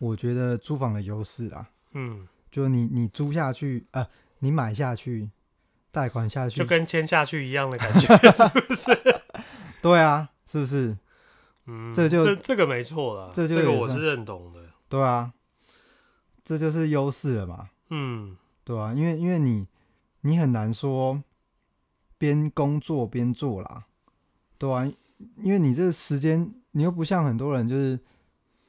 Speaker 1: 我觉得租房的优势啦。
Speaker 2: 嗯，
Speaker 1: 就你你租下去啊、呃你买下去，贷款下去
Speaker 2: 就，跟签下去一样的感觉，
Speaker 1: (laughs)
Speaker 2: 是不是？
Speaker 1: 对啊，是不是？
Speaker 2: 嗯，
Speaker 1: 这就
Speaker 2: 这这个没错啦，
Speaker 1: 这就
Speaker 2: 这个
Speaker 1: 也
Speaker 2: 我
Speaker 1: 算
Speaker 2: 是认同的。
Speaker 1: 对啊，这就是优势了嘛。
Speaker 2: 嗯
Speaker 1: 对啊，因为因为你你很难说边工作边做啦，对啊，因为你这时间你又不像很多人就是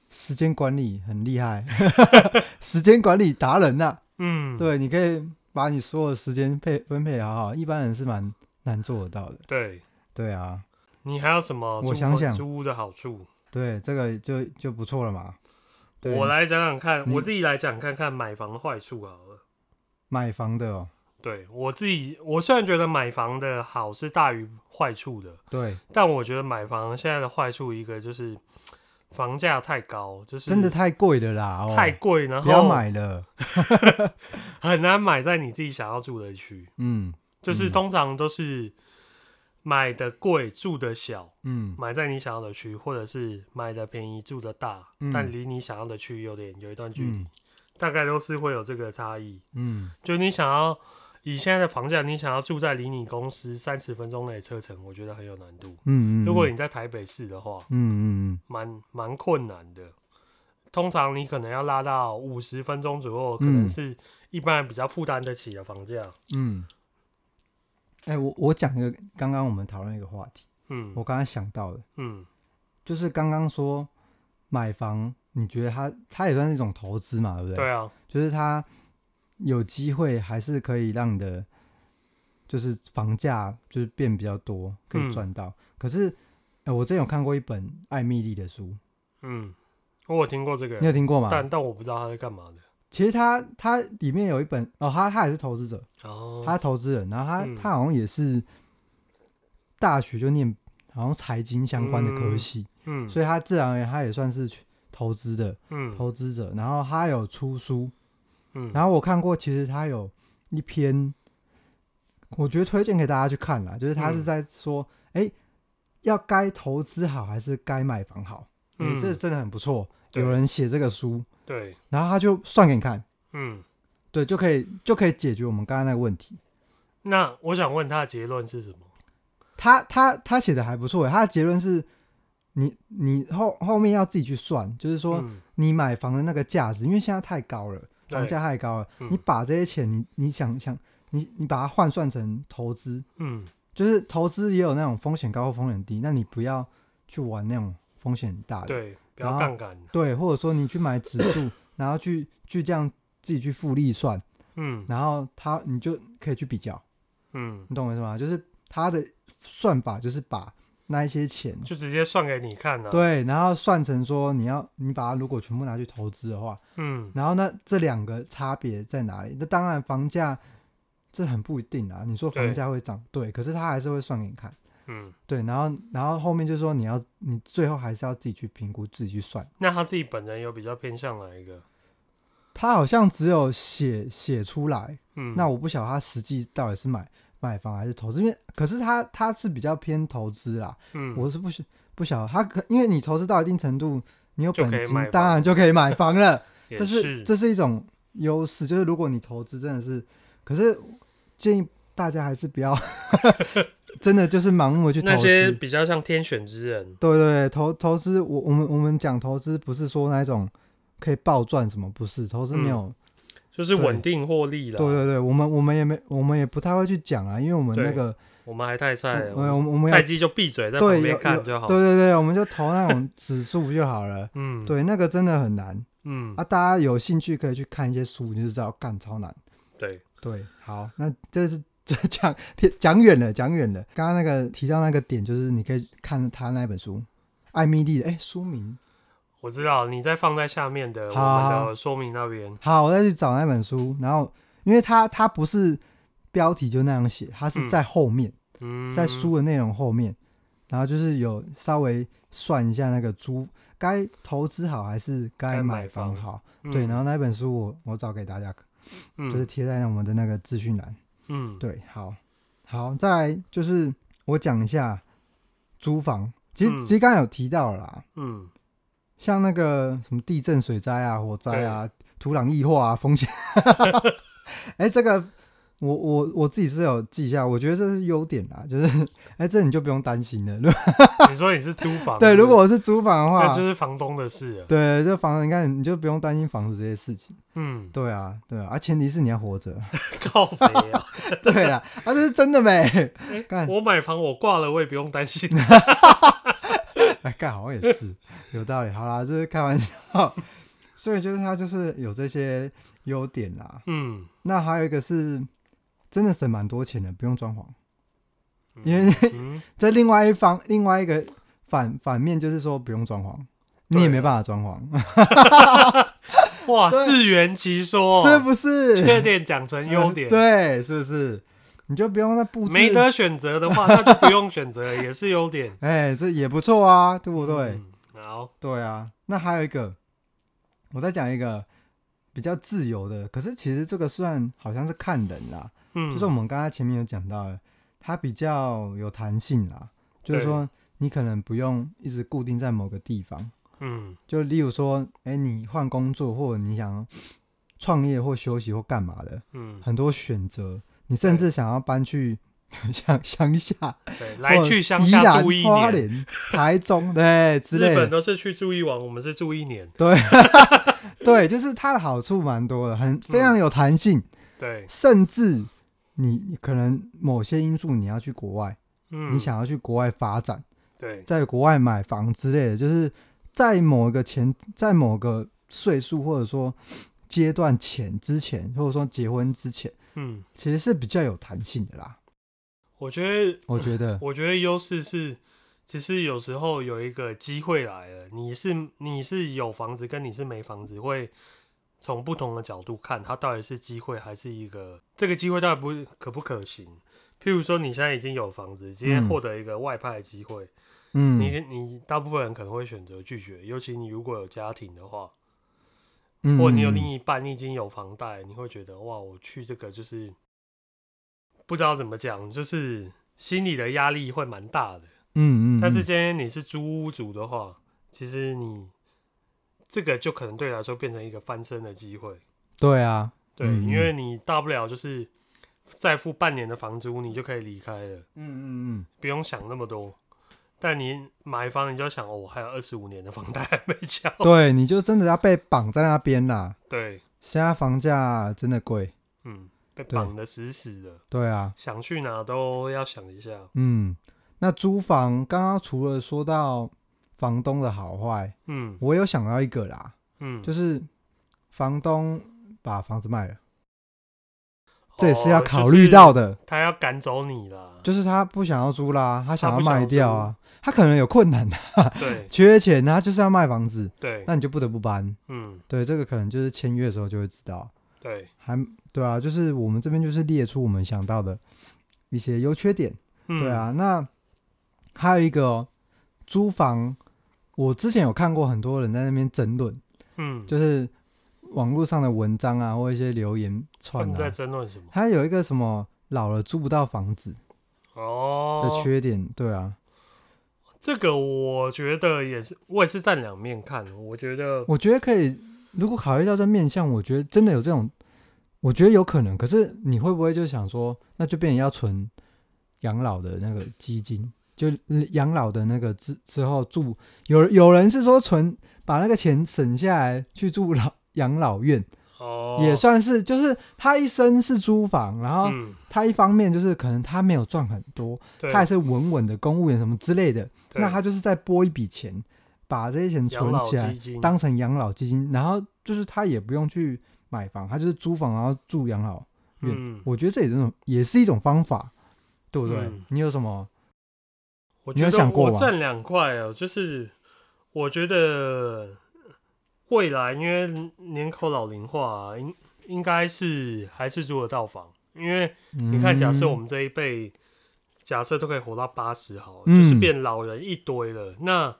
Speaker 1: 时间管理很厉害， (laughs) 时间管理达人呐、
Speaker 2: 嗯，
Speaker 1: 对，你可以把你所有的时间配分配好好，一般人是蛮难做得到的，
Speaker 2: 对，
Speaker 1: 对啊，
Speaker 2: 你还有什么租
Speaker 1: 我想
Speaker 2: 房
Speaker 1: 想
Speaker 2: 租屋的好处？
Speaker 1: 对，这个就就不错了嘛。对，
Speaker 2: 我来讲讲看，
Speaker 1: 你
Speaker 2: 我自己来讲看看买房的坏处好了。
Speaker 1: 买房的哦，
Speaker 2: 对我自己，我虽然觉得买房的好是大于坏处的，
Speaker 1: 对，
Speaker 2: 但我觉得买房现在的坏处一个就是房价太高，就是
Speaker 1: 真的太贵了啦，哦，
Speaker 2: 太贵，然
Speaker 1: 不要
Speaker 2: 后
Speaker 1: 买了，
Speaker 2: 很难买在你自己想要住的区，
Speaker 1: 嗯
Speaker 2: 就是
Speaker 1: 嗯
Speaker 2: 通常都是买的贵住的小，
Speaker 1: 嗯，
Speaker 2: 买在你想要的区，或者是买的便宜住的大，
Speaker 1: 嗯
Speaker 2: 但离你想要的区有点有一段距离，
Speaker 1: 嗯
Speaker 2: 大概都是会有这个差异。
Speaker 1: 嗯
Speaker 2: 就你想要以现在的房价，你想要住在离你公司三十分钟内的车程，我觉得很有难度。
Speaker 1: 嗯嗯，
Speaker 2: 如果
Speaker 1: 嗯
Speaker 2: 你在台北市的话，
Speaker 1: 嗯嗯
Speaker 2: 蛮蛮困难的。通常你可能要拉到五十分钟左右，可
Speaker 1: 嗯
Speaker 2: 能是一般人比较负担得起的房价。
Speaker 1: 嗯，嗯，哎、我我讲一个，刚刚我们讨论一个话题，
Speaker 2: 嗯
Speaker 1: 我刚刚想到的，
Speaker 2: 嗯
Speaker 1: 就是刚刚说买房，你觉得它它也算是一种投资嘛，对不对？
Speaker 2: 对啊，
Speaker 1: 就是它有机会还是可以让你的，就是房价就是变比较多，可以
Speaker 2: 嗯
Speaker 1: 赚到。可是，哎、我之前有看过一本艾米丽的书，
Speaker 2: 嗯，我有听过这个
Speaker 1: 你有
Speaker 2: 人，
Speaker 1: 听过吗？
Speaker 2: 但但我不知道他是干嘛的。
Speaker 1: 其实它它里面有一本哦，他他也是投资者，
Speaker 2: 哦，
Speaker 1: 他投资人，然后他、
Speaker 2: 嗯
Speaker 1: 他好像也是大学就念好像财经相关的科系，
Speaker 2: 嗯
Speaker 1: 所以他自然而然他也算是投资的
Speaker 2: 嗯
Speaker 1: 投资者。然后他有出书，
Speaker 2: 嗯，
Speaker 1: 然后我看过，其实他有一篇，我觉得推荐给大家去看啦，就是他是
Speaker 2: 嗯
Speaker 1: 在说，哎、要该投资好还是该买房好？哎、
Speaker 2: 嗯
Speaker 1: 这真的很不错，
Speaker 2: 对
Speaker 1: 有人写这个书，
Speaker 2: 对，
Speaker 1: 然后他就算给你看，
Speaker 2: 嗯，
Speaker 1: 对，就可以就可以解决我们刚刚那个问题。
Speaker 2: 那我想问他的结论是什么？
Speaker 1: 他他他写的还不错耶，他的结论是你你后后面要自己去算，就是说
Speaker 2: 嗯
Speaker 1: 你买房的那个价值，因为现在太高了，房价太高了，
Speaker 2: 嗯
Speaker 1: 你把这些钱你你想想你你把它换算成投资，
Speaker 2: 嗯，
Speaker 1: 就是投资也有那种风险高或风险低，那你不要去玩那种风险很大的，
Speaker 2: 对，不要
Speaker 1: 然后
Speaker 2: 杠杆，
Speaker 1: 对或者说你去买指数，然后去去这样自己去复利算，
Speaker 2: 嗯
Speaker 1: 然后它你就可以去比较，
Speaker 2: 嗯，
Speaker 1: 你懂我意思吗？就是它的算法就是把那一些钱
Speaker 2: 就直接算给你看了、，啊
Speaker 1: 对，然后算成说你要你把它如果全部拿去投资的话，
Speaker 2: 嗯，
Speaker 1: 然后那这两个差别在哪里？那当然房价这很不一定啊。你说房
Speaker 2: 对
Speaker 1: 价会涨，对，可是它还是会算给你看，
Speaker 2: 嗯，
Speaker 1: 对。然后然后后面就是说你要你最后还是要自己去评估，自己去算。
Speaker 2: 那他自己本人有比较偏向哪一个？
Speaker 1: 他好像只有写写出来，
Speaker 2: 嗯，
Speaker 1: 那我不晓得他实际到底是买买房还是投资，因为可是他他是比较偏投资啦，
Speaker 2: 嗯，
Speaker 1: 我是不晓不晓得他可因为你投资到一定程度，你有
Speaker 2: 就
Speaker 1: 本
Speaker 2: 可以买
Speaker 1: 金，当然就可以买房了。
Speaker 2: 也
Speaker 1: 这是这是一种优势，就是如果你投资真的是，可是建议大家还是不要 (laughs) 真的就是盲目的去投
Speaker 2: 那些
Speaker 1: 资。
Speaker 2: 比较像天选之人，
Speaker 1: 对对对，投投资，我我们我们讲投资不是说那种可以暴赚什么，不是投资没有。
Speaker 2: 嗯就是
Speaker 1: 对
Speaker 2: 稳定获利了。
Speaker 1: 对对对，我们我们也没我们也不太会去讲啊，因为我们
Speaker 2: 对
Speaker 1: 那个
Speaker 2: 我们还太菜了，
Speaker 1: 我我们我们要
Speaker 2: 菜鸡就闭嘴，在
Speaker 1: 对有
Speaker 2: 旁
Speaker 1: 有
Speaker 2: 边看
Speaker 1: 对
Speaker 2: 就好。
Speaker 1: 对对，我们就投那种指数就好了。
Speaker 2: (laughs) 嗯，，
Speaker 1: 对，那个真的很难
Speaker 2: 嗯
Speaker 1: 啊！，大家有兴趣可以去看一些书，你就知道干超难。
Speaker 2: 对，
Speaker 1: 对，好，那这是这讲 (laughs) 偏讲远了，讲远了。刚刚那个提到那个点，就是你可以看他那本书，艾米丽的，哎，书名。
Speaker 2: 我知道你再放在下面的我
Speaker 1: 好
Speaker 2: 们的说明那边。
Speaker 1: 好，我再去找那本书，然后因为它它不是标题就那样写，它是
Speaker 2: 嗯
Speaker 1: 在后面，
Speaker 2: 嗯，
Speaker 1: 在书的内容后面，然后就是有稍微算一下那个租该投资好还是该
Speaker 2: 该
Speaker 1: 买
Speaker 2: 买
Speaker 1: 房
Speaker 2: 房
Speaker 1: 好。
Speaker 2: 嗯
Speaker 1: 对，然后那本书我我找给大家，就是
Speaker 2: 嗯
Speaker 1: 贴在我们的那个资讯栏。
Speaker 2: 嗯，
Speaker 1: 对，好，好，再来就是我讲一下租房。其实、
Speaker 2: 嗯
Speaker 1: 其实刚才有提到了啦，
Speaker 2: 嗯，
Speaker 1: 像那个什么地震、水灾啊、火灾啊、土壤异化啊、
Speaker 2: (laughs)
Speaker 1: 风险，哎、这个我我我自己是有记一下，我觉得这是优点啦，就是哎、这你就不用担心了。如果，
Speaker 2: (laughs) 你说你是租房
Speaker 1: 对，
Speaker 2: 是不是
Speaker 1: 如果我是租房的
Speaker 2: 那
Speaker 1: 话
Speaker 2: 就，是房东的事了。
Speaker 1: 对，这房子你看你就不用担心房子这些事情。 (laughs)
Speaker 2: 嗯，
Speaker 1: 对啊，对啊，啊，前提是你要活着。 (laughs)
Speaker 2: 靠北啊！
Speaker 1: 对啦，啊，这是真的没。
Speaker 2: 哎
Speaker 1: 干
Speaker 2: 我买房我挂了，我也不用
Speaker 1: (laughs)
Speaker 2: 担心。
Speaker 1: 哎，干好像也是有道理。好啦，这是开玩笑。所以就是它就是有这些优点啦。
Speaker 2: 嗯，
Speaker 1: 那还有一个是真的省蛮多钱的，不用装潢。
Speaker 2: 嗯
Speaker 1: 因为 (laughs)
Speaker 2: 嗯
Speaker 1: 在另外一方，另外一个反反面就是说不用装潢，你也
Speaker 2: 对啊
Speaker 1: 没办法装潢，
Speaker 2: 哇，
Speaker 1: 对
Speaker 2: 自圆其说，
Speaker 1: (laughs)
Speaker 2: 哦
Speaker 1: 是不是？呃
Speaker 2: 缺点讲成优
Speaker 1: (laughs)
Speaker 2: 点，
Speaker 1: 对，是不是？你就不用再布置。
Speaker 2: 没得选择的
Speaker 1: (laughs)
Speaker 2: 话，那就不用选择了，也是优点，
Speaker 1: 哎、这也不错啊，对不对？
Speaker 2: 嗯？好，
Speaker 1: 对啊，那还有一个，我再讲一个比较自由的，可是其实这个算好像是看人啦，
Speaker 2: 嗯，
Speaker 1: 就是我们刚才前面有讲到的，它比较有弹性啦，就是说你可能不用一直固定在某个地方，
Speaker 2: 嗯
Speaker 1: 就例如说，哎，你换工作或者你想创业或休息或干嘛的，
Speaker 2: 嗯，
Speaker 1: 很多选择，你甚至想要搬去 (laughs) 乡乡下，
Speaker 2: 对，来
Speaker 1: 或者
Speaker 2: 去乡
Speaker 1: 宜
Speaker 2: 下
Speaker 1: 兰
Speaker 2: 住一
Speaker 1: 花
Speaker 2: 年，
Speaker 1: 莲、台中对之类
Speaker 2: 日
Speaker 1: 的
Speaker 2: 本，都是去住一晚，我们是住一年，
Speaker 1: 对，对，就是它的好处蛮多的，很非
Speaker 2: 嗯
Speaker 1: 常有弹性，
Speaker 2: 对，
Speaker 1: 甚至你你可能某些因素你要去国外，
Speaker 2: 嗯，
Speaker 1: 你想要去国外发展，
Speaker 2: 对，
Speaker 1: 在国外买房之类的，就是在某一个前，在某个岁数或者说阶段前之前，或者说结婚之前，
Speaker 2: 嗯，
Speaker 1: 其实是比较有弹性的啦。
Speaker 2: 我觉得，
Speaker 1: 我觉得，
Speaker 2: 我觉得优势是，其实有时候有一个机会来了，你是你是有房子，跟你是没房子，会从不同的角度看，它到底是机会还是一个这个机会到底不可不可行。譬如说，你现在已经有房子，今天
Speaker 1: 嗯
Speaker 2: 获得一个外派的机会，
Speaker 1: 嗯
Speaker 2: 你你大部分人可能会选择拒绝，尤其你如果有家庭的话，
Speaker 1: 嗯，
Speaker 2: 或者你有另一半，你已经有房贷，你会觉得哇，我去这个就是不知道怎么讲，就是心里的压力会蛮大的。
Speaker 1: 嗯嗯，
Speaker 2: 但是
Speaker 1: 嗯
Speaker 2: 今天你是租屋主的话，其实你这个就可能对你来说变成一个翻身的机会。
Speaker 1: 对啊，
Speaker 2: 对，
Speaker 1: 嗯嗯
Speaker 2: 因为你大不了就是再付半年的房租，你就可以离开了，
Speaker 1: 嗯嗯
Speaker 2: 不用想那么多。但你买房，你
Speaker 1: (laughs)
Speaker 2: 就想哦，我还有二十五年的房贷还没交
Speaker 1: 嗯，。对，你就真的要被绑在那边啦。
Speaker 2: 对，
Speaker 1: 现在房价真的贵，
Speaker 2: 嗯，被
Speaker 1: 对
Speaker 2: 绑得死死的，
Speaker 1: 对啊，
Speaker 2: 想去哪都要想一下。
Speaker 1: 嗯，那租房刚刚除了说到房东的好坏，
Speaker 2: 嗯
Speaker 1: 我有想到一个啦，
Speaker 2: 嗯，
Speaker 1: 就是房东把房子卖了，
Speaker 2: 哦
Speaker 1: 这也是要考虑到，
Speaker 2: 就是
Speaker 1: 的，
Speaker 2: 他要赶走你啦。
Speaker 1: 就是他不想要租啦，他想
Speaker 2: 他
Speaker 1: 要
Speaker 2: 不想要
Speaker 1: 卖掉啊，他可能有困难啊，
Speaker 2: 对
Speaker 1: 缺钱，他就是要卖房子，
Speaker 2: 对，
Speaker 1: 那你就不得不搬。
Speaker 2: 嗯
Speaker 1: 对，这个可能就是签约的时候就会知道，
Speaker 2: 对，
Speaker 1: 还对啊，就是我们这边就是列出我们想到的一些优缺点。
Speaker 2: 嗯
Speaker 1: 对，啊，那还有一个、哦、租房，我之前有看过很多人在那边争论，
Speaker 2: 嗯，
Speaker 1: 就是网络上的文章啊，或一些留言
Speaker 2: 他
Speaker 1: 串
Speaker 2: 们在
Speaker 1: 啊，
Speaker 2: 争论什么？
Speaker 1: 他有一个什么老了租不到房子的
Speaker 2: 哦，
Speaker 1: 缺点，对啊，
Speaker 2: 这个我觉得也是，我也是站两面看。我觉得，
Speaker 1: 我觉得可以，如果考虑到这面向，我觉得真的有这种，我觉得有可能，可是你会不会就想说，那就变成要存养老的那个基金？就养老的那个之之后住，有有人是说存把那个钱省下来去住老养老院，
Speaker 2: 哦，
Speaker 1: 也算是啊就是他一生是租房，然后
Speaker 2: 嗯，
Speaker 1: 他一方面就是可能他没有赚很多，
Speaker 2: 对，
Speaker 1: 他也是稳稳的公务员什么之类的，
Speaker 2: 对
Speaker 1: 那他就是再拨一笔钱，把这些钱
Speaker 2: 养
Speaker 1: 存
Speaker 2: 老
Speaker 1: 起来
Speaker 2: 基，金
Speaker 1: 当成养老基金，然后就是他也不用去买房，他就是租房然后住养老。院
Speaker 2: 嗯，
Speaker 1: 我觉得这也是一种也是一种方法，对不对？
Speaker 2: 嗯
Speaker 1: 你有什么？
Speaker 2: 我
Speaker 1: 你
Speaker 2: 觉
Speaker 1: 有
Speaker 2: 得
Speaker 1: 想过
Speaker 2: 我
Speaker 1: 吗
Speaker 2: 站两块哦，就是我觉得未来因为人口老龄化、应应该是还是租得到房，因为你看，假
Speaker 1: 嗯
Speaker 2: 设我们这一辈，假设都可以活到八十好了，就是
Speaker 1: 嗯
Speaker 2: 变老人一堆了，那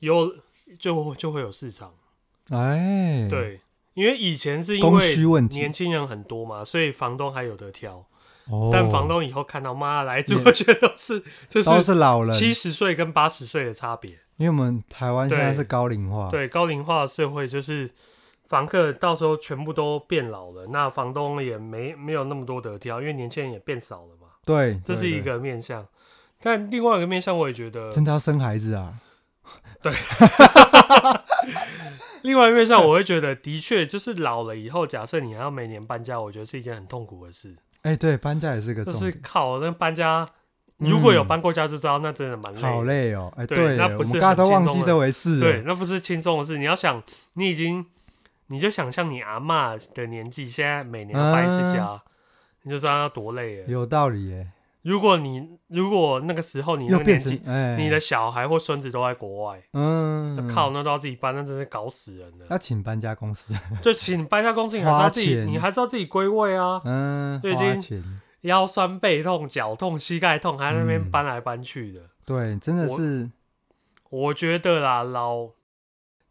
Speaker 2: 有就就会有市场，
Speaker 1: 嗯哎，，
Speaker 2: 对，因为以前是因
Speaker 1: 供需
Speaker 2: 为
Speaker 1: 问题
Speaker 2: 年，轻人很多嘛，所以房东还有得挑，
Speaker 1: 哦
Speaker 2: 但房东以后看到妈来住
Speaker 1: 也，
Speaker 2: 我觉得都
Speaker 1: (laughs)
Speaker 2: 是就
Speaker 1: 都
Speaker 2: 是
Speaker 1: 是老人，
Speaker 2: 七十岁跟八十岁的差别。
Speaker 1: 因为我们台湾现在
Speaker 2: 对
Speaker 1: 是高龄化，
Speaker 2: 对，高龄化社会就是房客到时候全部都变老了，那房东也没没有那么多得挑，因为年轻人也变少了嘛，
Speaker 1: 对，对，
Speaker 2: 这是一
Speaker 1: 对
Speaker 2: 个面向。但另外一个面向，我也觉得，
Speaker 1: 真的要生孩子啊，
Speaker 2: 另外一个面向，我会觉得，的确就是老了以后，假设你还要每年搬家，我觉得是一件很痛苦的事。
Speaker 1: 哎，对，搬家也是个
Speaker 2: 就
Speaker 1: 重
Speaker 2: 是
Speaker 1: 点，
Speaker 2: 靠那搬家，如果有
Speaker 1: 嗯
Speaker 2: 搬过家就知道，那真的蛮累的。
Speaker 1: 好累哦，哎，
Speaker 2: 对
Speaker 1: 对，
Speaker 2: 那
Speaker 1: 我
Speaker 2: 不
Speaker 1: 们
Speaker 2: 是
Speaker 1: 刚才
Speaker 2: 很
Speaker 1: 都
Speaker 2: 轻
Speaker 1: 忘
Speaker 2: 松
Speaker 1: 记
Speaker 2: 的
Speaker 1: 这回事
Speaker 2: 对，
Speaker 1: 了，
Speaker 2: 那不是轻松的事。你要想，你已经，你就想象你阿嬷的年纪，现在每年要搬一次家，
Speaker 1: 啊
Speaker 2: 你就知道她多累了。
Speaker 1: 有道理耶，
Speaker 2: 如果你如果那个时候你那
Speaker 1: 又
Speaker 2: 个
Speaker 1: 变
Speaker 2: 年
Speaker 1: 成
Speaker 2: 纪，
Speaker 1: 哎，
Speaker 2: 你的小孩或孙子都在国外，那
Speaker 1: 嗯，
Speaker 2: 靠，那都要自己搬，那真是搞死人了。
Speaker 1: 要请搬家公司，
Speaker 2: 就请搬家公司，你还是要自己
Speaker 1: 花，钱
Speaker 2: 你还是要自己归位啊。
Speaker 1: 嗯，
Speaker 2: 最
Speaker 1: 花
Speaker 2: 近
Speaker 1: 钱，
Speaker 2: 腰酸背痛、脚痛、膝盖痛，还在那边
Speaker 1: 嗯
Speaker 2: 搬来搬去的。
Speaker 1: 对，真的
Speaker 2: 我
Speaker 1: 是，
Speaker 2: 我觉得啦，老，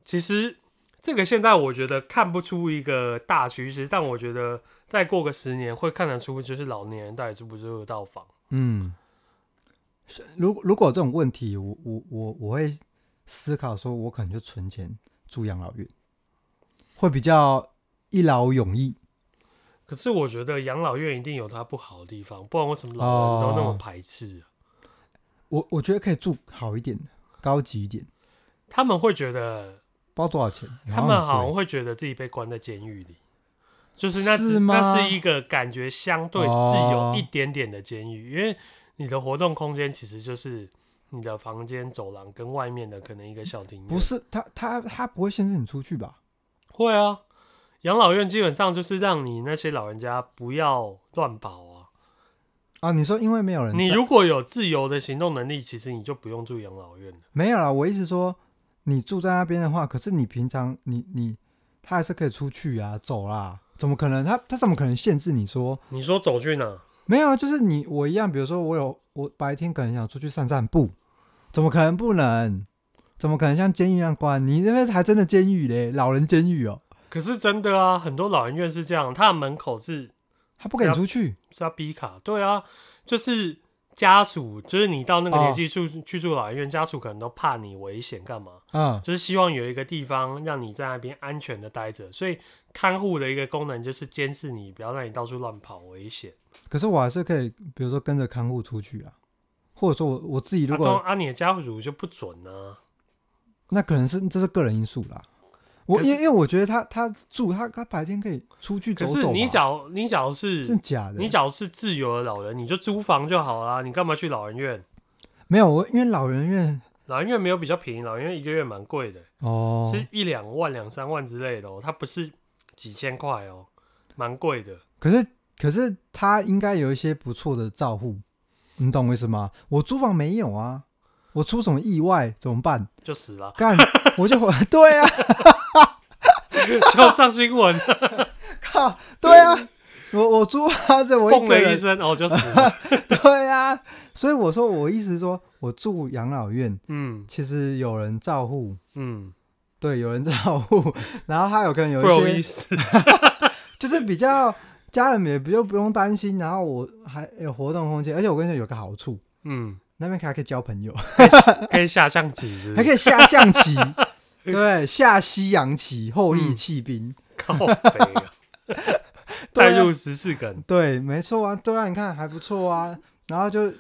Speaker 2: 其实这个现在我觉得看不出一个大趋势，但我觉得再过个十年会看得出，就是老年人到底住不住得到房。
Speaker 1: 嗯，是如如果有这种问题，我我我我会思考说，我可能就存钱住养老院，会比较一劳永逸。
Speaker 2: 可是我觉得养老院一定有它不好的地方，不然为什么老人都那么
Speaker 1: 哦
Speaker 2: 排斥啊、
Speaker 1: 我我觉得可以住好一点的，高级一点，
Speaker 2: 他们会觉得，
Speaker 1: 不知道多少钱？
Speaker 2: 他们好像
Speaker 1: 像
Speaker 2: 会觉得自己被关在监狱里，就是那
Speaker 1: 是吗
Speaker 2: 那是一个感觉相对自由
Speaker 1: 哦
Speaker 2: 一点点的监狱，因为你的活动空间其实就是你的房间、走廊跟外面的可能一个小庭院。
Speaker 1: 贵不是他他他不会限制你出去吧？
Speaker 2: 会啊，养老院基本上就是让你那些老人家不要乱跑啊。
Speaker 1: 啊，你说因为没有人在，
Speaker 2: 你如果有自由的行动能力，其实你就不用住养老院了。
Speaker 1: 没有啦，我意思说，你住在那边的话，可是你平常你你他还是可以出去啊，走啦，怎么可能？他他怎么可能限制你说
Speaker 2: 你说走去哪？
Speaker 1: 没有啊？就是你我一样，比如说我有我白天可能想出去散散步，怎么可能不能？怎么可能像监狱一样关？你那边还真的监狱嘞，老人监狱哦，
Speaker 2: 可是真的啊，很多老人院是这样，他的门口是
Speaker 1: 他不给你出去
Speaker 2: 是要逼卡。对啊，就是家属，就是你到那个
Speaker 1: 哦
Speaker 2: 年纪住、去住老人院，家属可能都怕你危险，干嘛？
Speaker 1: 啊、
Speaker 2: 就是希望有一个地方让你在那边安全的待着。所以看护的一个功能就是监视你，不要让你到处乱跑，危险。
Speaker 1: 可是我还是可以，比如说跟着看护出去啊，或者说我我自己如
Speaker 2: 阿
Speaker 1: 果、
Speaker 2: 东阿你的家属就不准啊。
Speaker 1: 那可能是这是个人因素啦。我
Speaker 2: 可是
Speaker 1: 因因为我觉得他他住他他白天可以出去走
Speaker 2: 可
Speaker 1: 走
Speaker 2: 是
Speaker 1: 吧
Speaker 2: 你假如你假如
Speaker 1: 真
Speaker 2: 是
Speaker 1: 的假的？
Speaker 2: 你假如是自由的老人，你就租房就好啦，你干嘛去老人院？
Speaker 1: 没有我因为老人院
Speaker 2: 老人院没有比较便宜，老人院一个月蛮贵的，
Speaker 1: 哦，
Speaker 2: 是一两万、两三万之类的哦，它不是几千块哦，蛮贵的。
Speaker 1: 可是可是他应该有一些不错的照护，你懂我意思吗？我租房没有啊，我出什么意外怎么办？，
Speaker 2: 就死了 (laughs)
Speaker 1: 干 (laughs) 我就对啊，
Speaker 2: 就上新闻，
Speaker 1: 靠，对啊，我我租啊，这 (laughs) 我一
Speaker 2: 砰
Speaker 1: 个
Speaker 2: 的一
Speaker 1: 人，
Speaker 2: 声，哦，就死了。
Speaker 1: 对啊，所以我说我意思是说我住养老院，
Speaker 2: 嗯
Speaker 1: 其实有人照护。
Speaker 2: 嗯，
Speaker 1: 对，有人照护，然后他有可能有
Speaker 2: 不
Speaker 1: 一
Speaker 2: 容
Speaker 1: 些
Speaker 2: 易死。
Speaker 1: 就是比较家人也不就不用担心，然后我还有活动空间，而且我跟你说有个好处，
Speaker 2: 嗯，
Speaker 1: 那边还可以交朋友，
Speaker 2: 可以下象棋是不
Speaker 1: 还
Speaker 2: 是
Speaker 1: 可以下象棋，对，下西洋棋，后羿
Speaker 2: 嗯
Speaker 1: 弃兵，
Speaker 2: 靠北啊，
Speaker 1: (laughs)
Speaker 2: 带
Speaker 1: 对啊
Speaker 2: 入时事梗。
Speaker 1: 对，没错啊，对啊，你看还不错啊，然后就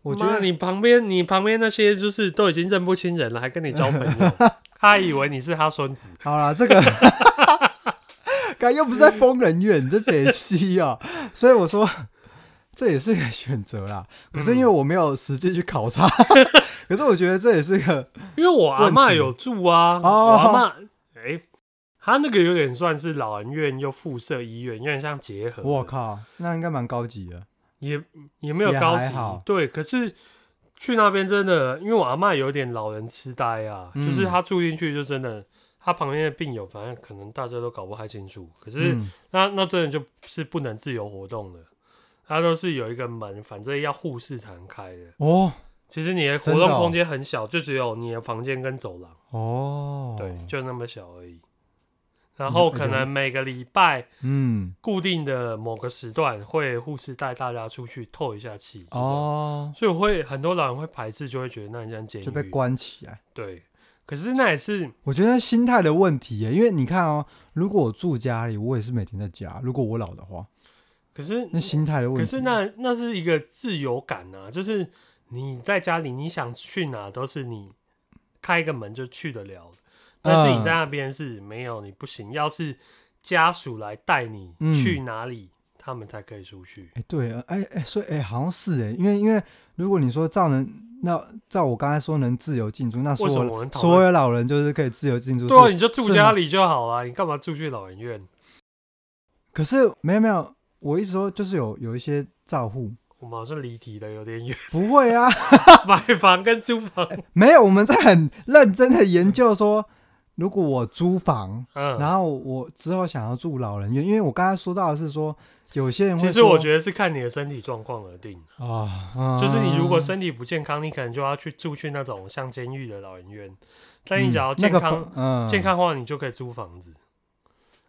Speaker 1: 我觉
Speaker 2: 妈
Speaker 1: 得
Speaker 2: 你旁边你旁边那些就是都已经认不清人了，还跟你交
Speaker 1: (laughs)
Speaker 2: 朋友，他还以为你是他孙子。
Speaker 1: 好啦，这个。 (laughs) 刚又不是在疯人院，你这北西
Speaker 2: (laughs)
Speaker 1: 啊，所以我说这也是个选择啦。可是因为我没有时间去考察，
Speaker 2: 嗯
Speaker 1: (laughs) 可是我觉得这也是个
Speaker 2: 因为我阿
Speaker 1: 问
Speaker 2: 嬷
Speaker 1: 题
Speaker 2: 有住啊，
Speaker 1: 哦
Speaker 2: 我阿嬷，哎、她那个有点算是老人院又附设医院，有点像结合。
Speaker 1: 我靠，那应该蛮高级的。
Speaker 2: 也也没有
Speaker 1: 也
Speaker 2: 高
Speaker 1: 还
Speaker 2: 级
Speaker 1: 好，
Speaker 2: 对，可是去那边真的，因为我阿嬷有点老人痴呆啊，
Speaker 1: 嗯
Speaker 2: 就是她住进去就真的，她旁边的病友反正可能大家都搞不太清楚，可是、
Speaker 1: 嗯
Speaker 2: 那那真的就是不能自由活动的，它都是有一个门，反正要护士才能开的。
Speaker 1: 哦
Speaker 2: 其实你的活
Speaker 1: 真的
Speaker 2: 动
Speaker 1: 哦
Speaker 2: 空间很小，就只有你的房间跟走廊，
Speaker 1: 哦，嗯
Speaker 2: 对，就那么小而已。然后
Speaker 1: 有
Speaker 2: 可
Speaker 1: 有
Speaker 2: 能每个礼拜
Speaker 1: 嗯
Speaker 2: 固定的某个时段，会护士带大家出去透一下气，就这样
Speaker 1: 哦，
Speaker 2: 所以我会很多老人会排斥，就会觉得那很像监狱，
Speaker 1: 就被关起来。
Speaker 2: 对，可是那也是
Speaker 1: 我觉得心态的问题耶，因为你看哦，如果我住家里，我也是每天在家。如果我老的话，
Speaker 2: 可是
Speaker 1: 那心态的问
Speaker 2: 可
Speaker 1: 题。
Speaker 2: 是那那是一个自由感啊，就是你在家里你想去哪都是你开个门就去得了的，但
Speaker 1: 嗯
Speaker 2: 是你在那边是没有你不行，要是家属来带你
Speaker 1: 嗯
Speaker 2: 去哪里，他们才可以出去。
Speaker 1: 哎、对，呃哎哎，所以哎，好像是哎，因为因为如果你说照能，那照我刚才说能自由进出，那所
Speaker 2: 为什么我
Speaker 1: 有
Speaker 2: 们讨论
Speaker 1: 所有老人就是可以自由进出。
Speaker 2: 对啊，
Speaker 1: 是
Speaker 2: 你就住
Speaker 1: 是
Speaker 2: 家
Speaker 1: 吗
Speaker 2: 里就好啊，你干嘛住去老人院？
Speaker 1: 可是没有没有，我一直说就是有有一些照护，
Speaker 2: 我们好像离题的有点远， (laughs)
Speaker 1: 不会啊， (laughs)
Speaker 2: 买房跟租房，
Speaker 1: 没有，我们在很认真的研究说，如果我租房，
Speaker 2: 嗯，
Speaker 1: 然后我之后想要住老人院，因为我刚才说到的是说，有些人会
Speaker 2: 其实我
Speaker 1: 得
Speaker 2: 觉得是看你的身体状况而定，
Speaker 1: 啊、嗯
Speaker 2: 就是你如果身体不健康，你可能就要去住去那种像监狱的老人院。但你只要
Speaker 1: 嗯那
Speaker 2: 健
Speaker 1: 个
Speaker 2: 康、
Speaker 1: 房嗯
Speaker 2: 健康的话，你就可以租房子。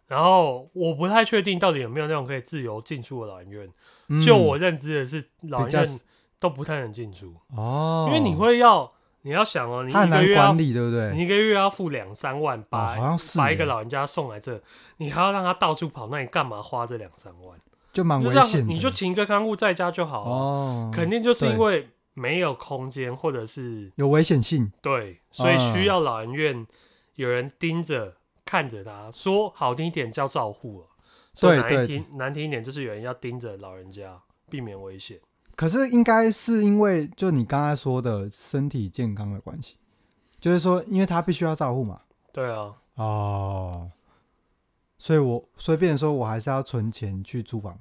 Speaker 2: 然后我不太确定到底有没有那种可以自由进出的老人院。
Speaker 1: 嗯
Speaker 2: 就我认知的是，老
Speaker 1: 比较
Speaker 2: 人院都不太能进出，
Speaker 1: 哦，
Speaker 2: 因为你会要你要想哦，你
Speaker 1: 它
Speaker 2: 一
Speaker 1: 很
Speaker 2: 个
Speaker 1: 难
Speaker 2: 月要
Speaker 1: 管理，对不对？
Speaker 2: 你一个月要付两三万，
Speaker 1: 哦
Speaker 2: 把、
Speaker 1: 好像是
Speaker 2: 把一
Speaker 1: 耶
Speaker 2: 个老人家送来这，你还要让他到处跑，那你干嘛花这两三万？
Speaker 1: 就蛮
Speaker 2: 你就
Speaker 1: 危
Speaker 2: 让
Speaker 1: 险的，
Speaker 2: 你就请一个看护在家就好啊、
Speaker 1: 哦，
Speaker 2: 肯定就是
Speaker 1: 对
Speaker 2: 因为没有空间，或者是
Speaker 1: 有危险性，
Speaker 2: 对，所以
Speaker 1: 嗯
Speaker 2: 需要老人院有人盯着看着他，说好听一点叫照护、啊，说
Speaker 1: 对
Speaker 2: 难
Speaker 1: 对
Speaker 2: 听难听一点就是有人要盯着老人家，避免危险。
Speaker 1: 可是应该是因为就你刚才说的身体健康的关系，就是说，因为他必须要照顾嘛，
Speaker 2: 对啊，
Speaker 1: 哦，所以我所以变成说我还是要存钱去租房，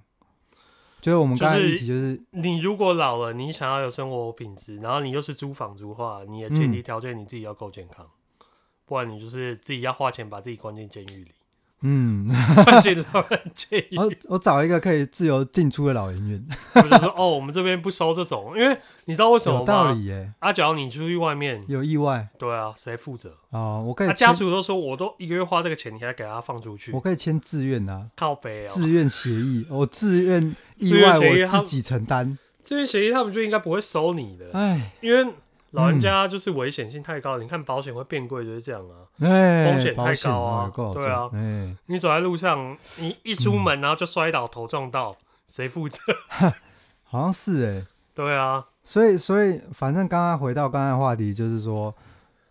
Speaker 1: 就是我们刚才
Speaker 2: 就是
Speaker 1: 议题就是
Speaker 2: 你如果老了，你想要有生活品质，然后你又是租房租的话，你的
Speaker 1: 嗯
Speaker 2: 前提条件你自己要够健康，不然你就是自己要花钱把自己关进监
Speaker 1: (laughs)
Speaker 2: 狱里，
Speaker 1: 嗯，
Speaker 2: (laughs) 关进老人监狱。 (laughs)
Speaker 1: 我我找一个可以自由进出的老人院，
Speaker 2: 我就说哦，我们这边不收这种，因为你知道为 (laughs) 什么
Speaker 1: 有
Speaker 2: 吗？
Speaker 1: 道理耶，
Speaker 2: 阿角，你出去外面，
Speaker 1: 有意外
Speaker 2: 对啊，谁负责？
Speaker 1: 哦，我可
Speaker 2: 他、
Speaker 1: 以
Speaker 2: 家
Speaker 1: 签，
Speaker 2: 属都说，我都一个月花这个钱，你还给他放出去
Speaker 1: 我，可以签自愿啊，
Speaker 2: 靠北哦。
Speaker 1: 自愿协议，我自愿意
Speaker 2: 自愿
Speaker 1: 外
Speaker 2: 协议
Speaker 1: 我
Speaker 2: 他
Speaker 1: 自己承担，
Speaker 2: 这边协议他们就应该不会收你的，
Speaker 1: 哎
Speaker 2: 因为老
Speaker 1: 嗯
Speaker 2: 人家就是危险性太高，你看保险会变贵就是这样啊。
Speaker 1: 哎，
Speaker 2: 风险
Speaker 1: 保
Speaker 2: 太
Speaker 1: 险
Speaker 2: 高啊
Speaker 1: 哎够好
Speaker 2: 对
Speaker 1: 赚
Speaker 2: 啊
Speaker 1: 哎，
Speaker 2: 你走在路上，你一出
Speaker 1: 嗯
Speaker 2: 门然后就摔倒头撞到，谁负责？ (laughs)
Speaker 1: 好像是哎，
Speaker 2: 对啊，
Speaker 1: 所以，所以，反正刚刚回到刚刚的话题，就是说，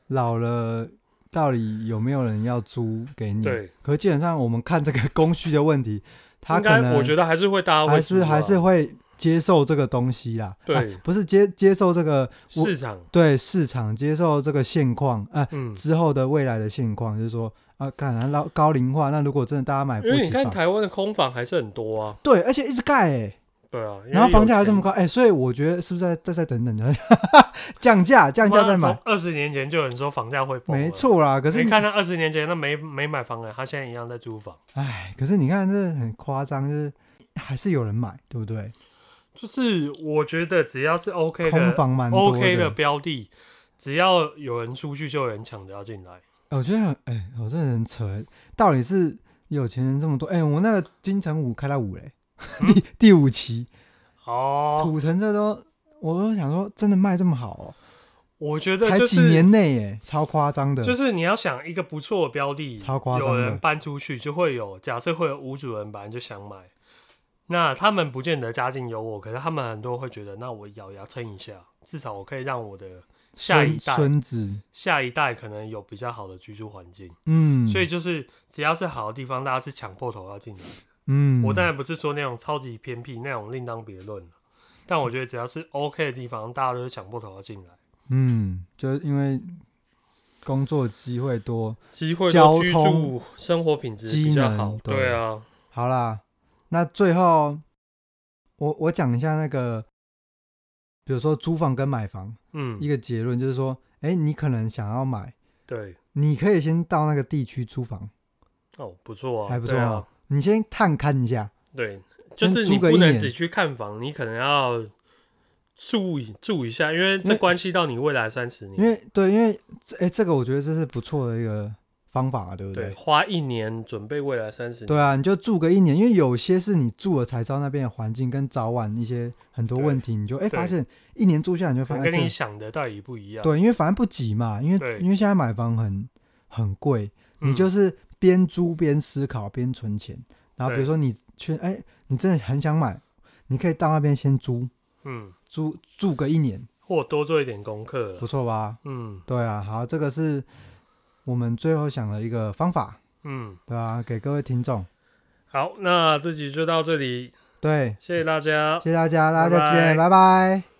Speaker 1: 老了到底有没有人要租给你？。
Speaker 2: 对，
Speaker 1: 可基本上我们看这个 (laughs) 供需的问题，他
Speaker 2: 应
Speaker 1: 可
Speaker 2: 该
Speaker 1: 能
Speaker 2: 我觉得还是会大家会
Speaker 1: 还是
Speaker 2: 租啊
Speaker 1: 还是会接受这个东西啦。
Speaker 2: 对
Speaker 1: 啊不是接接受这个我
Speaker 2: 市场，
Speaker 1: 对市场接受这个现况啊、呃
Speaker 2: 嗯，
Speaker 1: 之后的未来的现况，就是说啊，看然后高龄化，那如果真的大家买不
Speaker 2: 因为
Speaker 1: 起
Speaker 2: 你看
Speaker 1: 房，
Speaker 2: 台湾的空房还是很多啊，
Speaker 1: 对，而且一直盖哎、
Speaker 2: 对啊，因为
Speaker 1: 然后房价还这么
Speaker 2: 有
Speaker 1: 高哎、所以我觉得是不是再再再等等呢？ (laughs) 降价降
Speaker 2: 钱，
Speaker 1: 价再
Speaker 2: 妈
Speaker 1: 买
Speaker 2: 从，二十年前就有人说房价会崩，
Speaker 1: 没。错啦。可
Speaker 2: 可
Speaker 1: 是
Speaker 2: 你看他二十年前那没没买房的，他现在一样在租房。
Speaker 1: 哎，可是你看这很夸张，就是还是有人买，对不对？
Speaker 2: 就是我觉得只要是 OK
Speaker 1: 空
Speaker 2: 的
Speaker 1: 房蛮多
Speaker 2: OK 的标的，只要有人出去，就有人抢着要进来。
Speaker 1: 我觉得很，哎、我这人扯，到底是有钱人这么多？哎、我那个金城武开到五嘞， (laughs) 第第五期，
Speaker 2: 嗯哦，
Speaker 1: 土城这都，我都想说，真的卖这么好哦、
Speaker 2: 我觉得
Speaker 1: 才
Speaker 2: 就
Speaker 1: 几
Speaker 2: 是
Speaker 1: 年内耶，超夸张的，
Speaker 2: 就是你要想一个不错的标的，
Speaker 1: 超夸张
Speaker 2: 有人
Speaker 1: 的，
Speaker 2: 搬出去就会有，假设会有屋主人本来就想买，那他们不见得家境有我，可是他们很多会觉得，那我咬牙撑一下，至少我可以让我的下
Speaker 1: 孙
Speaker 2: 一代
Speaker 1: 孙子，
Speaker 2: 下一代可能有比较好的居住环境。
Speaker 1: 嗯，
Speaker 2: 所以就是只要是好的地方，大家是抢破头要进来。
Speaker 1: 嗯，
Speaker 2: 我当然不是说那种超级偏僻那种另当别论了但我觉得只要是 OK 的地方，大家都是抢破头要进来，
Speaker 1: 嗯，就是因为工作机会多，
Speaker 2: 机会
Speaker 1: 交
Speaker 2: 多居
Speaker 1: 通
Speaker 2: 住生活品质比较好
Speaker 1: 机能。对
Speaker 2: 对啊，
Speaker 1: 好啦，那最后我我讲一下那个，比如说租房跟买房
Speaker 2: 嗯
Speaker 1: 一，个结论，就是说，哎、你可能想要买。
Speaker 2: 对，
Speaker 1: 你可以先到那个地区租房，
Speaker 2: 哦，不错啊，
Speaker 1: 还不错哦
Speaker 2: 对啊，
Speaker 1: 你先探看一下。
Speaker 2: 对，就
Speaker 1: 先
Speaker 2: 是
Speaker 1: 租
Speaker 2: 你
Speaker 1: 个
Speaker 2: 不
Speaker 1: 一
Speaker 2: 能
Speaker 1: 年
Speaker 2: 只去看房，你可能要住一住一下，因为
Speaker 1: 因
Speaker 2: 这
Speaker 1: 为
Speaker 2: 关系到你未来三十
Speaker 1: 因
Speaker 2: 年。
Speaker 1: 为对，因为这哎、这个我觉得这是不错的一个方法啊，对不
Speaker 2: 对，
Speaker 1: 对？
Speaker 2: 花一年准备未来三十年。
Speaker 1: 对啊，你就住个一年，因为有些是你住了才知道那边的环境跟早晚一些很多问题，你就哎、
Speaker 2: 对
Speaker 1: 发现一年住下来你就
Speaker 2: 可
Speaker 1: 发
Speaker 2: 能
Speaker 1: 现
Speaker 2: 跟
Speaker 1: 哎这
Speaker 2: 你想的到底不一样。
Speaker 1: 对，因为反正不急嘛，因为
Speaker 2: 对
Speaker 1: 因为现在买房很很贵，
Speaker 2: 嗯，
Speaker 1: 你就是边租边思考边存钱，然后比如
Speaker 2: 对
Speaker 1: 说你去哎、你真的很想买，你可以到那边先租
Speaker 2: 嗯，
Speaker 1: 租住个一年，
Speaker 2: 或多做一点功课
Speaker 1: 不
Speaker 2: 了。
Speaker 1: 错吧？
Speaker 2: 嗯
Speaker 1: 对啊，好，这个是我们最后想的一个方法，
Speaker 2: 嗯，
Speaker 1: 对吧、给各位听众，
Speaker 2: 好，那这集就到这里，
Speaker 1: 对，
Speaker 2: 谢谢大家。
Speaker 1: 谢谢大家，大家再见，拜
Speaker 2: 拜
Speaker 1: 拜